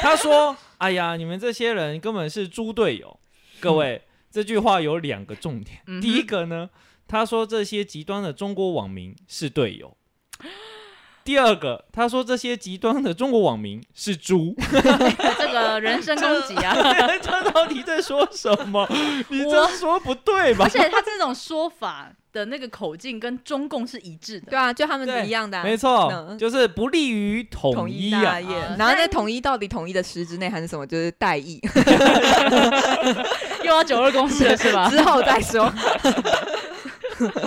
S4: 他说：“哎呀，你们这些人根本是猪队友。”各位，这句话有两个重点，
S1: 嗯哼
S4: 第一个呢，他说这些极端的中国网民是队友；第二个，他说这些极端的中国网民是猪。
S1: 这个人身攻击啊！
S4: 这到底在说什么？你这
S1: 我
S4: 说不对吧
S1: 而？且他这种说法的那个口径跟中共是一致
S3: 对
S1: 的。
S3: 啊，就他们
S4: 对
S3: 一样的、啊，
S4: 没错，
S3: 嗯
S4: 就是不利于统
S3: 统
S4: 一
S3: 大
S4: 啊。
S3: 业。
S1: 啊
S3: 然后那统一到底统一的实质内涵是什么？就是代议，
S1: 又要九二共识了 [laughs] 是吧？
S3: 之后再说。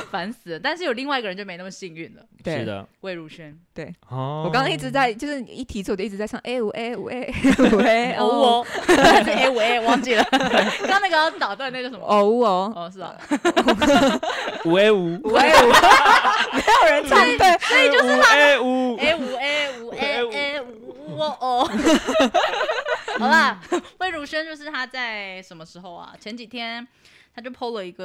S1: 烦死了！但是有另外一个人就没那么幸运了，
S3: [laughs] 对
S4: 是的，
S1: 魏如萱。
S4: 哦，
S3: 我刚刚一直在，就是一提出我就一直在唱，哎五哎五哎五哎
S1: 哦
S3: 哦
S1: 我， [laughs] 还是哎我哎忘记了， [laughs] 刚刚那个要打断那个什么？
S3: 哦哦
S1: 哦，是吧？
S4: 五 A 五，
S3: 五哎五， [laughs] 没有人唱对，
S4: 所以就是五 A 五，
S1: 哎五哎五哎哎五哦哦。 [laughs] 好啦，魏如萱就是她在什么时候啊？前几天。他就 PO 了一个、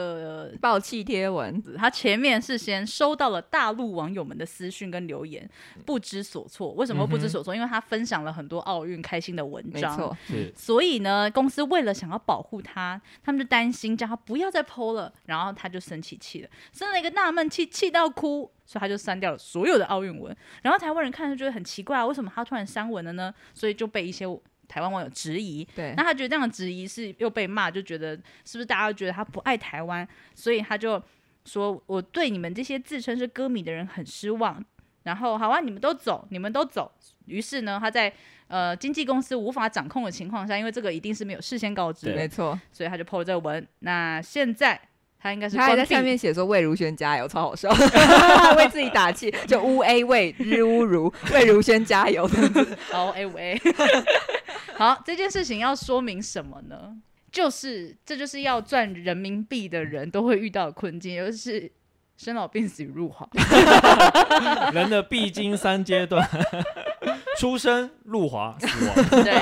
S1: 呃
S3: 暴气贴文，
S1: 他前面是先收到了大陆网友们的私讯跟留言，
S3: 嗯
S1: 不知所措。为什么不知所措？因为他分享了很多奥运开心的文
S3: 没
S1: 章，
S3: 错，
S4: 是
S1: 所以呢，公司为了想要保护他，他们就担心叫他不要再 PO 了，然后他就生气气了，生了一个纳闷气，气到哭，所以他就删掉了所有的奥运文。然后台湾人看着觉得很奇怪、啊，为什么他突然删文了呢？所以就被一些台湾网友质疑。
S3: 对
S1: 那，他觉得这样的质疑是又被骂，就觉得是不是大家觉得他不爱台湾，所以他就说我对你们这些自称是歌迷的人很失望。然后好啊，你们都走，你们都走。于是呢，他在呃经纪公司无法掌控的情况下，因为这个一定是没有事先告知
S3: 没
S1: 的，
S3: 错。
S1: 所以他就 PO 了这个文。那现在他应该是
S3: 他还在
S1: 关闭
S3: 下面写说魏如萱加油，超好笑， [laughs] 为自己打气，就乌 A 魏日乌如魏如萱加油。
S1: 好，哎喂， [laughs] 好，这件事情要说明什么呢？就是这就是要赚人民币的人都会遇到的困境，也就是生老病死与入华。
S4: 人的必经三阶段： [laughs] 出生、入华、死
S3: [laughs]
S4: 亡。
S1: 对，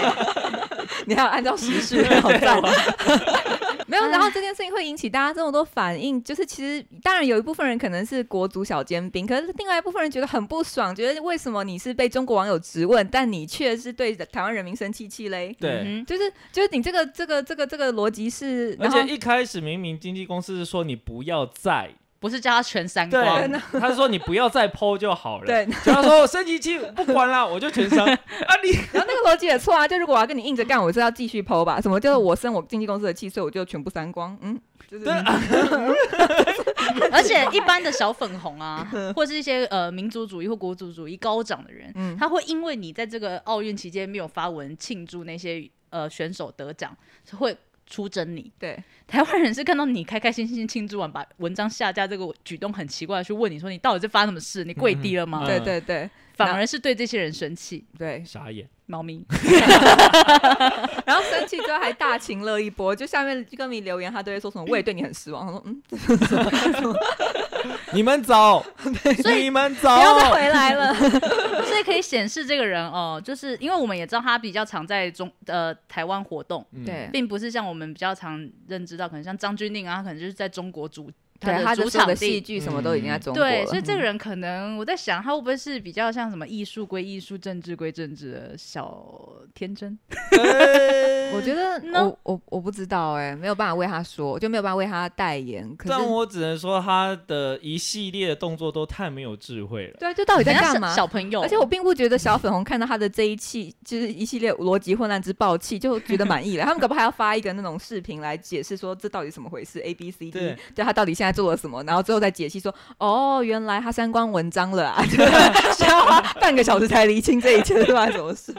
S3: 你还要按照
S4: [laughs]
S3: 时事，好赞。 [laughs] 没有，
S4: 嗯
S3: 然后这件事情会引起大家这么多反应，就是其实当然有一部分人可能是国足小尖兵，可是另外一部分人觉得很不爽，觉得为什么你是被中国网友质问，但你却是对台湾人民生气气嘞？
S4: 对，
S1: 嗯哼
S3: 就是就是你这个这个这个这个逻辑是，
S4: 而
S3: 然后
S4: 且一开始明明经纪公司是说你不要再，
S1: 不是叫他全删
S4: 对
S1: 光，，
S4: 他是说你不要再剖就好了。
S3: 对，
S4: 结果他说我升级期不管啦，我就全
S3: [laughs]
S4: 删。啊你
S3: 然后那个逻辑也错啊，就如果我要跟你硬着干，我是要继续剖吧？什么就是我生我经纪公司的气，所以我就全部删光？嗯，就是
S4: 对
S1: 而且一般的小粉红啊，或是一些呃民族主义或国族主义高涨的人，
S3: 嗯
S1: 他会因为你在这个奥运期间没有发文庆祝那些呃选手得奖，会出征你。
S3: 对，
S1: 台湾人是看到你开开心心庆祝完，把文章下架这个举动很奇怪，去问你说你到底是发生什么事？你跪低了吗？
S4: 嗯
S3: 对对对
S1: 反而是对这些人生气。
S3: 对。
S4: 傻眼，
S1: 猫咪，
S3: [laughs] 然后生气之后还大情乐一波，就下面歌迷留言，他都会说什么“我也对你很失望”，他说：“嗯，
S4: 你们走，
S1: 所以
S4: [laughs] 你们走
S3: 不，要再 [laughs] 回来了。
S1: [laughs] 所以可以显示这个人哦、就是因为我们也知道他比较常在中呃台湾活动，
S4: 嗯”，
S1: 并不是像我们比较常认知到，可能像张钧甯啊，他可能就是在中国主
S3: 对，
S1: 的
S3: 他
S1: 主
S3: 的所有
S1: 场
S3: 的戏
S1: 地。
S3: 剧什么都已经在中国嗯了。
S4: 嗯
S1: 对，所以这个人可能我在想，他会不会是比较像什么艺术归艺术、政治归政治的小天真？
S3: 我觉得
S1: 呢
S3: 我我我不知道哎、没有办法为他说，我就没有办法为他代言。可
S4: 但
S3: 是
S4: 我只能说他的一系列的动作都太没有智慧了。
S3: 对啊，就到底在
S1: 很像
S3: 干
S1: 小
S3: 嘛？
S1: 小朋友，
S3: 而且我并不觉得小粉红看到他的这一气，就是一系列逻辑混乱之暴气，就觉得满
S1: [laughs]
S3: 意了。他们搞不好还要发一个那种视频来解释说这到底什么回事，A B C D，
S4: 对
S3: 就他到底现在做了什么，然后最后再解析说，哦，原来他删光文章了
S1: [laughs]
S3: 啊，就需要花半个小时才厘清这一切是发生什么
S1: [laughs]
S3: 事。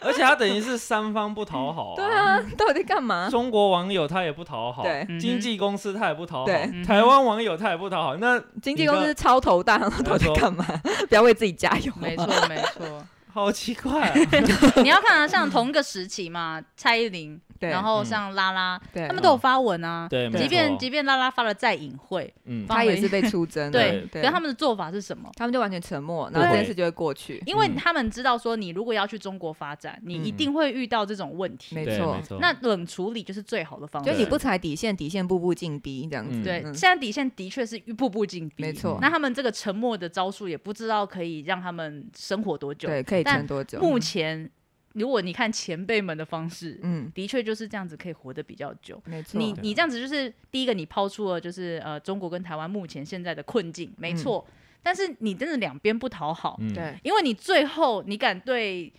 S4: 而且他等于是三方不讨好、
S3: 对啊，到底在干 [laughs] 嘛？
S4: 中国网友他也不讨好，
S3: 对
S1: 嗯哼
S4: 经纪公司他也不讨好，
S3: 对
S1: 嗯哼
S4: 台湾网友他也不讨好，那
S3: 经纪公司超头大，然后到底在干嘛？不要为自己加油。
S1: 没错，没错。
S4: 好奇怪、啊。
S1: [laughs] 你要看啊，像同一个时期嘛，蔡依林，
S3: 对，
S1: 然后像拉拉，
S3: 对
S1: 他们都有发文啊。
S4: 嗯对没
S1: 即便
S4: 错
S1: 即便拉拉发了再隐晦，
S4: 嗯，
S1: 发
S3: 他也是被出征的，
S1: 对，可
S3: 对
S1: 是他们的做法是什么？
S3: 他们就完全沉默，然后
S4: 对
S3: 这件事就会过去。
S1: 因为
S4: 嗯
S1: 他们知道说，你如果要去中国发展，你一
S4: 嗯
S1: 定会遇到这种问题。
S3: 没
S4: 对
S3: 错
S4: 没，错。
S1: 那冷处理就是最好的方
S3: 就
S1: 式。
S3: 你不踩底线，底线步步进逼这样子。
S4: 嗯
S1: 对，
S3: 嗯
S1: 现在底线的确是步步紧逼。
S3: 没错
S1: 那他们这个沉默的招数，也不知道可以让他们生活多久。
S3: 对，可以
S1: 但
S3: 撑多久？
S1: 目前，如果你看前辈们的方式，
S3: 嗯，
S1: 的确就是这样子，可以活得比较久。
S3: 没错。
S1: 你
S4: 对
S1: 你这样子就是第一个，你抛出了就是呃中国跟台湾目前现在的困境，没
S3: 嗯
S1: 错。但是你真的两边不讨好，
S4: 嗯，
S3: 对
S1: 因为你最后你敢对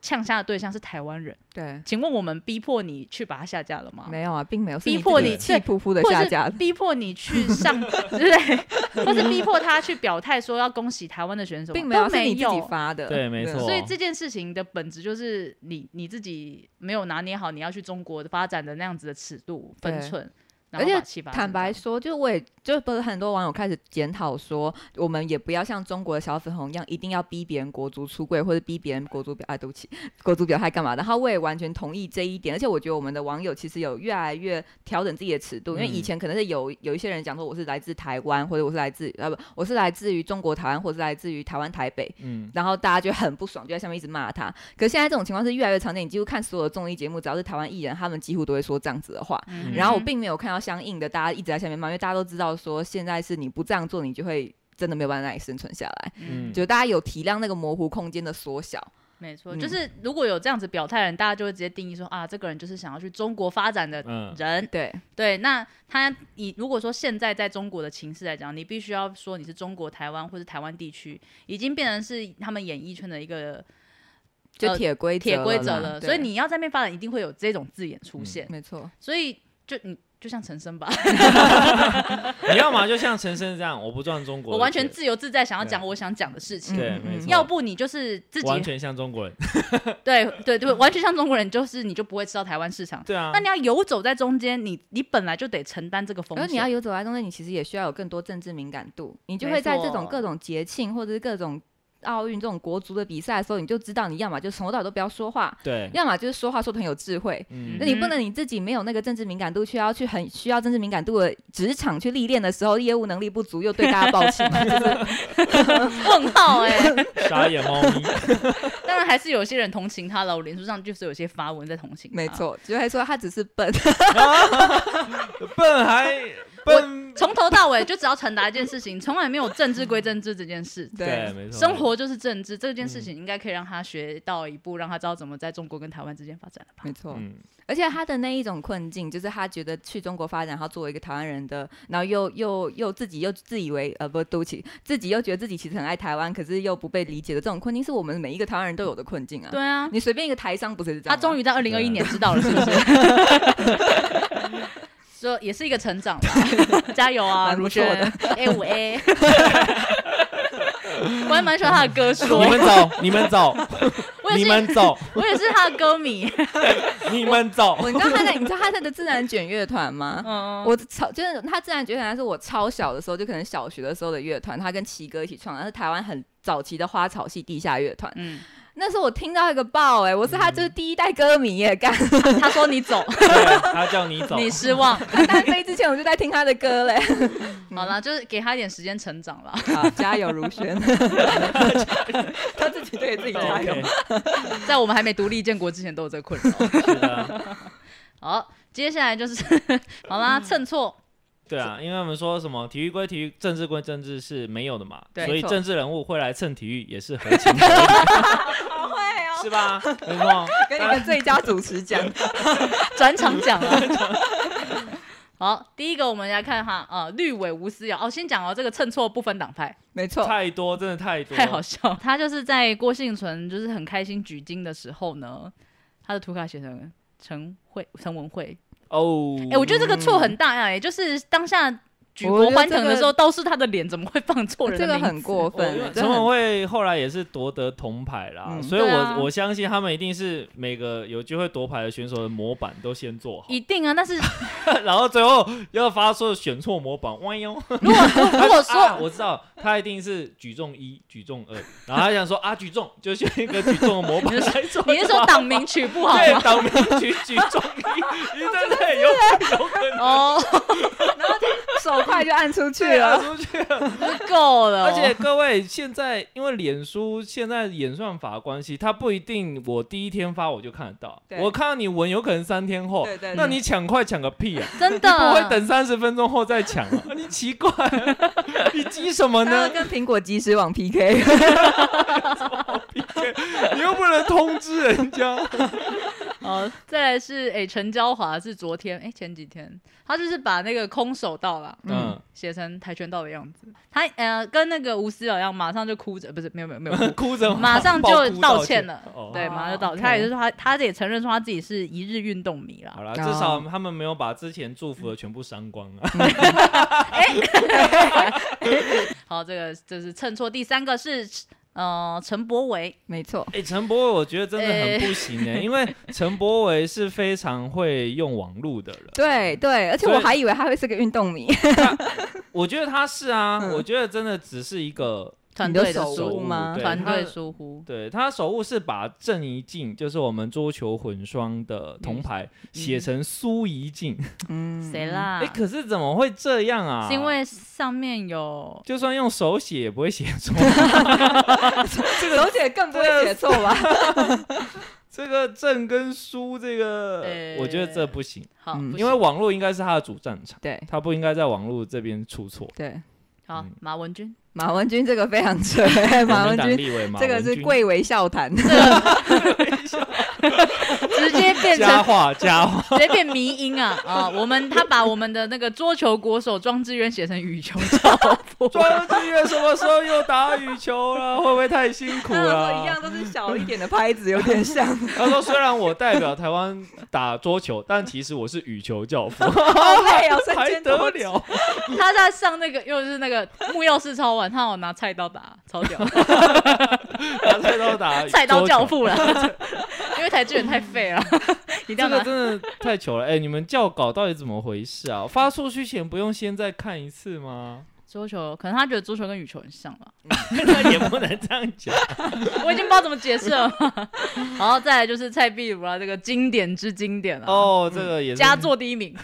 S1: 呛下的对象是台湾人，
S3: 对，
S1: 请问我们逼迫你去把它下架了吗？
S3: 没有啊，并没有
S1: 逼迫
S3: 你
S1: 你
S3: 自己气
S1: 对
S3: 扑扑的
S1: 或
S3: 下
S1: 者
S3: 架
S1: 是
S3: 的。
S1: 逼迫你去
S3: [laughs]
S1: 上，对不对？或是逼迫他去表态说要恭喜台湾的选手，
S3: 并
S1: 没
S3: 没有啊，
S1: 没
S3: 是你自己发的。哦
S4: 对没错
S1: 所以这件事情的本质就是你你自己没有拿捏好你要去中国发展的那样子的尺度分
S3: 对
S1: 寸，
S3: 而且
S1: 且
S3: 坦白说，就我也就不是很多网友开始检讨说，我们也不要像中国的小粉红一样，一定要逼别人国足出柜或者逼别人国足表啊，对不起，国足表态干嘛的？然后我也完全同意这一点，而且我觉得我们的网友其实有越来越调整自己的尺度，因为以
S4: 嗯
S3: 前可能是有有一些人讲说我是来自台湾，或者我是来自呃不，我是来自于中国台湾，或者是来自于台湾台北，
S4: 嗯，
S3: 然后大家就很不爽，就在下面一直骂他。可是现在这种情况是越来越常见，你几乎看所有的综艺节目，只要是台湾艺人，他们几乎都会说这样子的话。
S1: 嗯哼，
S3: 然后我并没有看到要相应的大家一直在下面骂，因为大家都知道说现在是你不这样做，你就会真的没有办法让你生存下来。
S4: 嗯，
S3: 就大家有体谅那个模糊空间的缩小，
S1: 没错，
S4: 嗯
S1: 就是如果有这样子表态的人，大家就会直接定义说啊，这个人就是想要去中国发展的
S4: 嗯 [laughs]
S1: 人。
S3: 对，
S1: 对，那他以如果说现在在中国的情势来讲，你必须要说你是中国台湾或是台湾地区，已经变成是他们演艺圈的一个
S3: 就
S1: 呃
S3: 铁规
S1: 铁规则
S3: 啦
S1: 了。
S3: 对
S1: 所以你要在那边发展，一定会有这种字眼
S4: 嗯
S1: 出现。
S3: 没错，
S1: 所以就你就像陈升吧，
S4: 你要么就像陈升这样，我不赚中国的钱，
S1: 我完全自由自在，想要
S4: 对
S1: 讲我想讲的事情。
S4: 对，
S3: 嗯
S4: 没错，
S1: 要不你就是自己
S4: 完全像中国人，
S1: 对对对，完全像中国人，就是你就不会吃到台湾市场。
S4: 对啊
S1: 那，你要游走在中间，你你本来就得承担这个风
S3: 而
S1: 险。
S3: 你要游走在中间，你其实也需要有更多政治敏感度，你就
S1: 没
S3: 会在这
S1: 错
S3: 种各种节庆或者是各种奥运这种国足的比赛的时候，你就知道你要么就从头到尾都不要说话，
S4: 对，
S3: 要么就是说话说的很有智慧。
S4: 嗯
S3: 那你不
S1: 嗯
S3: 能你自己没有那个政治敏感度，却要去很需要政治敏感度的职场去历练的时候，业务能力不足，又对大家抱
S4: [laughs]
S3: 歉嘛。就是
S1: 问 [laughs] 号哎、
S4: [laughs] 傻眼猫
S1: [laughs]
S4: 咪，
S1: 当然还是有些人同情他了。我脸书上就是有些发文在同情他，啊
S3: 没。错，就会说他只是
S4: [laughs]
S3: 笨，
S4: 笨还笨，
S1: 从头到尾就只要传达一件事情，从来没有政治归政治这件事。
S4: 对，没错，
S1: 生活就是政治这件
S3: 嗯
S1: 事情，应该可以让他学到一步，让他知道怎么在中国跟台湾之间发展了吧？
S3: 没错。
S4: 嗯，
S3: 而且他的那一种困境，就是他觉得去中国发展，他作为一个台湾人的，然后又又又自己又自以为呃不对不起，自己又觉得自己其实很爱台湾，可是又不被理解的这种困境，是我们每一个台湾人都有的困境啊。
S1: 对，啊，
S3: 你随便一个台商不是也是这
S1: 他
S3: 样吗？
S1: 终
S3: 于
S1: 于在二零二一年知道了，是不是？说也是一个成长吧，加油啊，
S3: 蛮不
S1: 如
S3: 错
S1: 轩
S3: 的
S1: ，A 五 [laughs] A。我还蛮喜欢他的歌说，
S4: 你们走，你们走，
S1: 我也
S4: 你
S1: 是，
S4: 们走，
S1: 我也是他的歌迷。
S4: 你们
S1: [laughs]
S4: 走，
S3: 哦我你知道他在你知道他在的自然卷乐团吗？
S1: 嗯，
S3: 我超就是他自然觉得他是我超小的时候，就可能小学的时候的乐团，他跟奇哥一起创的，他是台湾很早期的花草系地下乐团。
S1: 嗯，
S3: 那时候我听到一个爆哎、我是他就是第一代歌迷
S4: [laughs]
S3: 耶，干、
S1: 他说你走，
S4: 对他叫你走，
S1: 你失望。
S3: 他单飞之前我就在听他的
S4: [laughs]
S3: 歌嘞。
S1: 好啦，就是给他一点时间成长啦。
S3: 好，加油如 [laughs] 轩，他自己对自己
S4: [laughs]
S3: 加油。
S4: OK，
S1: 在我们还没独立建国之前，都有这个困扰。
S4: 是的啊，
S1: 好，接下来就是 [laughs] 好啦，蹭错，
S4: 对啊，因为我们说什么体育归体育，政治归政治是没有的嘛，
S1: 对
S4: 所以
S3: 没错
S4: 政治人物会来蹭体育也是合情合理，
S3: 好会哦，
S4: 是吧？没错，
S3: 跟一个最佳主持讲，
S1: 转场讲啊了。 [laughs] 好，第一个我们来看哈，呃，绿委吴思瑶哦，先讲哦，这个蹭错不分党派，
S3: [laughs] 没错，
S4: 太多，真的太多，
S1: 太好笑了。他就是在郭幸存就是很开心举金的时候呢，他的图卡写成陈慧陈文慧，
S4: 哦。
S1: 哎、我觉得这个错很大呀、也就是当下举国欢腾的时候，倒是他的脸怎么会放错人
S3: 这
S1: 的
S3: 个
S1: 名字？
S3: 很过
S4: 哦
S1: 嗯
S4: 因为
S3: 分，真
S4: 陈
S3: 的
S4: 文
S3: 很
S4: 慧后来也是夺得铜牌啦，
S3: 嗯
S4: 所以我、
S1: 对啊
S4: 我相信他们一定是每个有机会夺牌的选手的模板都先做好，
S1: 一定啊！但是
S4: [laughs] 然后最后要发说选错模板，弯腰。
S1: 如果如果
S4: [laughs]
S1: 说、
S4: 啊我知道他一定是举重一、举重二，然后他想说啊举重就选一个举重的模板
S1: 你是
S4: 来做，
S1: 你是说党名取不好
S4: 对
S1: 吗？
S4: 党名举举重一，你真的有有可能
S1: 哦，
S3: 手快就按出去
S4: 对啊
S1: [laughs]
S3: 了。
S4: 出去了。
S1: 够了哦、
S4: 而且各位现在因为脸书现在演算法的关系，它不一定我第一天发我就看得到，
S3: 对
S4: 我看到你文有可能三天后
S3: 对，对，
S4: 那
S3: 对
S4: 你抢快抢个屁啊！
S1: 真
S4: 你不会
S1: 的，
S4: 等三十分钟后再抢
S1: [laughs]
S4: 啊？你奇怪，啊你急什么
S3: 他要
S4: 呢？
S3: 跟苹果即时网 PK，
S4: 你又不能通知人
S1: [laughs]
S4: 家。
S1: 哦，再来是哎，陈娇华是昨天哎、前几天，他就是把那个空手道啦
S4: 嗯，，
S1: 写成跆拳道的样子，他呃跟那个吴思瑶一样，马上就哭着，不是没有没有没有哭
S4: [laughs] 哭着
S1: 马上
S4: 爆
S1: 就
S4: 哭
S1: 道
S4: 道
S1: 歉
S4: 歉
S1: 了
S4: 哦，
S1: 对，马上就道歉。
S3: 哦
S1: 他也就是说他他也承认说他自己是一日运动迷啦
S4: 好，啦，至
S3: 哦
S4: 少他们没有把之前祝福的全部删光啊。
S1: 好，这个就是蹭错。第三个是呃陈柏维，
S3: [laughs]
S4: [laughs]
S3: 没错，
S4: [laughs] 哎，陈柏伟，我觉得真的很不行
S1: 呃
S4: 哎，因为陈柏伟是非常会用网络的人。
S3: 对对，而且
S4: 所以
S3: 我还以为他会是个运动迷，
S4: 我觉得他是啊，
S3: 嗯
S4: 我觉得真的只是一个
S1: 团
S3: 你的
S1: 队的
S3: 手
S1: 疏
S3: 误
S1: 忽，
S3: 吗
S4: 对
S1: 团
S4: 他
S1: 队疏忽，
S4: 对他手误是把郑怡静，就是我们桌球混双的铜牌，
S1: 嗯
S4: 写成苏怡静。
S3: 嗯，
S1: 谁？啦
S4: 哎、？可是怎么会这样啊？
S1: 啊是因为上面有
S4: 就算用手写也不会写错，啊
S3: 手姐更不会写错吧？
S4: 这个正跟输这个，
S1: 呃
S4: 我觉得这不行，
S1: 好，
S3: 嗯
S1: 不
S4: 因为
S1: 行
S4: 网络应该是他的主战场，
S3: [laughs] 对
S4: 他不应该在网络这边出错。
S3: 对，
S1: 好
S4: 嗯
S1: 马文君， [laughs]
S3: 马文君这个非
S4: [laughs]
S3: 常扯， [laughs] 哎马
S4: 国民
S3: 文
S4: 党
S3: 君
S4: 立委马
S3: 这个
S4: 文
S3: 是
S4: 君
S3: 贵为笑谈，
S1: 直接变
S4: 佳
S1: 成
S4: 话佳
S3: [laughs]
S4: 话，
S1: 直接变迷音啊 [laughs] 啊！我们他把我们的那个桌球国手庄智渊写成羽球教父，
S4: 庄志远什么时候又打羽球了？会不会太辛苦
S3: [laughs]
S4: 啊
S3: 他们
S4: 了
S3: 啊
S4: [laughs]
S3: 说？一样都是小一点的拍子，有点像，
S4: 他说：“虽然我代表台湾打桌球，但其实我是羽球教
S3: [laughs]
S4: 父，
S3: 好累哦，三
S4: 还
S3: 千
S4: 得了
S3: 多。
S1: [laughs] 他在上那个又是那个木曜四超玩，他有拿菜刀打，超屌，？”
S4: 拿菜刀打
S1: 菜刀教
S4: 父，
S1: 父了， [laughs] 因为台志远太废 [laughs] 了，一定
S4: 这
S1: 要
S4: 个
S1: 拿。
S4: 真的太糗了！哎、你们教稿到底怎么回事啊？发出去前不用先再看一次
S3: [laughs]
S4: 吗？ [laughs]
S1: 桌球可能他觉得桌球跟羽球很像吧，
S4: 那也不能这样讲。
S1: 我已经不知道怎么解释 [laughs] 了。然后再来就是蔡壁如啊，这个经典之经典了、啊
S4: 哦，这个也是
S1: 佳作第一名。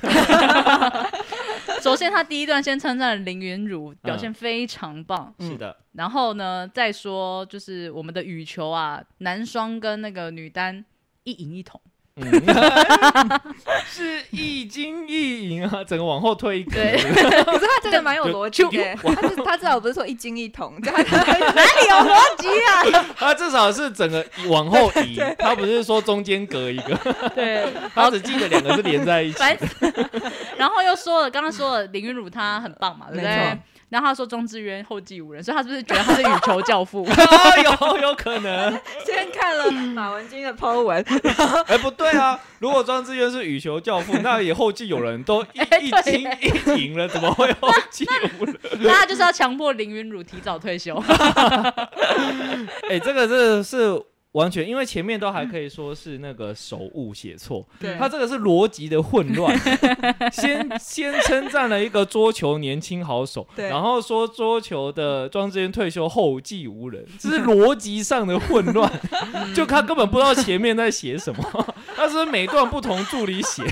S1: [laughs] 首先，他第一段先称赞林云儒表现非常棒，
S4: 嗯是的，
S1: 然后呢，再说就是我们的羽球啊，男双跟那个女单一赢一铜，
S4: 嗯， [laughs] 是一惊一影啊，整个往后推一格。
S1: 对
S3: [laughs] 可是他真的蛮有逻辑的，欸他是他至少不是说一惊一桶， [laughs] 就
S4: [laughs]
S3: 他哪里有逻辑啊？
S4: [laughs] 他至少是整个往后
S1: [laughs]
S4: 移，他不是说中间隔一个，
S1: 对，
S4: 他只记得两个是连在一起。
S1: 反正然后又说了，刚刚说了林云儒他很棒嘛，对不对
S3: 没错？
S1: 然后他说钟志渊后继无人，所以他是不是觉得他是羽球教父？ [laughs]
S4: 啊，有有可能。
S3: 先看了马文君的 Po 文，
S4: [laughs] 哎、不对啊！如果庄智渊是羽球教父，那也后继有人都一
S1: 哎
S4: 一
S1: 对
S4: 惊一赢了，怎么会后继无人？
S1: 那他就是要强迫林云儒提早退休。
S4: [laughs] 哎、这个真的是完全，因为前面都还可以说是那个手误写错，
S3: 嗯对
S4: 他这个是逻辑的混
S3: [laughs]
S4: 乱。先先称赞了一个桌球年轻好手，
S3: 对
S4: 然后说桌球的庄智渊退休后继无人，这是逻辑上的混
S3: [laughs]
S4: 乱，就他根本不知道前面在写什么，他是不是每段不同助理
S3: [laughs]
S4: 写。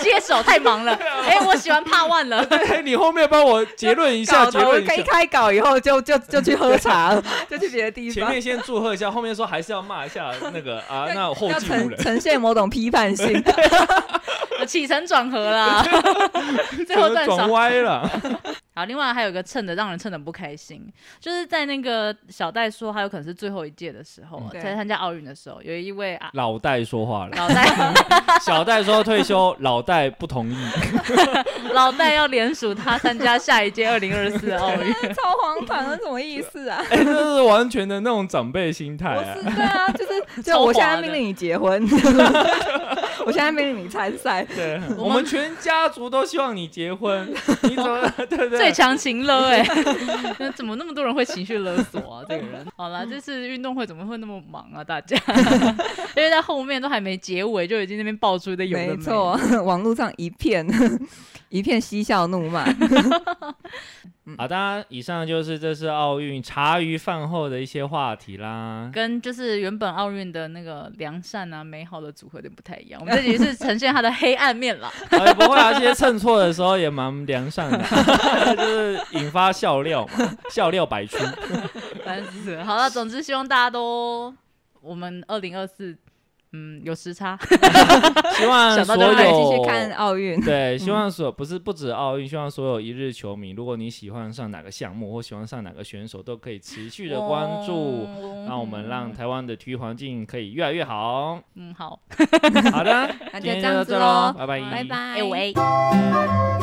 S1: 接手太忙了，
S3: 啊
S1: 哎、我喜欢帕万了。
S4: 哎，你后面帮我结论 [laughs] 一下，
S3: 搞
S4: 结
S3: 头
S4: 论一
S3: 一
S4: 下。
S3: 开稿以后就就就去喝茶， [laughs] 就去别的地
S4: 前
S3: 方
S4: 面。先祝贺一下，后面说还是要骂一下那个啊，那我后
S3: 要
S4: 继无
S3: 呈
S4: 人。 [laughs]
S3: 呈现某种批判性，
S1: 起承转合啦，
S3: 啊
S1: 最后
S4: 整
S1: 段
S4: 个
S1: 少
S4: 转。歪了，
S1: 好，另外还有一个蹭的让人蹭的不开心，就是在那个小戴说他有可能是最后一届的时候，
S4: 嗯
S1: 在参加奥运的时候，有一位啊
S4: 老戴说话
S1: [laughs]
S4: 了，
S1: 老戴
S4: 小戴说退休，老戴不同
S1: [laughs]
S4: 意。
S1: 老戴要联署他参加下一届二零二四的奥运，
S3: 超荒唐，那什么意思啊？
S4: 哎，这是完全的那种长辈心态
S3: 不
S4: 啊
S3: 是，。对啊，就
S1: 超
S3: 是就我现
S1: 滑
S3: 在
S1: 的
S3: 命令你结婚， [laughs] 我现在命令你参赛，
S4: 对，
S1: 我
S4: 我们全家族都希望你结婚，
S1: [laughs]
S4: 你怎么对不
S1: 最
S4: 对？
S1: 强情勒哎、 [laughs] 那怎么那么多人会情绪勒索啊？这个人，好啦，这次运动会怎么会那么忙啊？大家， [laughs] 因为在后面都还没结尾，就已经那边爆出一堆有的
S3: 没
S1: 的
S3: 错， [laughs] 网络上一片 [laughs] 一片嬉笑怒骂，
S4: 好，大家以上就是这次奥运茶余饭后的一些话题
S1: [laughs]
S4: 啦。
S1: 跟就是原本奥运的那个良善啊、美好的组合有点不太一样。我们这集是呈现它的黑暗面啦。
S4: 哎，不会啊，这些蹭错的时候也蛮良善的， [laughs] 就是引发笑料嘛，笑料百出。
S1: [laughs] 烦死了。好了，总之希望大家都，我们二零二四，嗯，有时差，
S4: 希望
S1: 想到
S4: 所
S1: 就嗨
S4: 有
S3: 继续看奥运。
S4: [laughs] 对，希望所不是不止奥运，希望所有一日球迷，如果你喜欢上哪个项目或喜欢上哪个选手，都可以持续的关注。
S1: 哦
S4: 让我们
S3: 嗯
S4: 让台湾的体育环境可以越来越
S3: [laughs]
S4: 好。
S1: 嗯好，
S4: 好的，
S3: 那
S4: 今
S3: 就这
S4: 天就到
S3: 样子
S4: 这喽
S3: 喽，，
S4: 拜拜，
S3: 拜拜。
S1: 哎喂。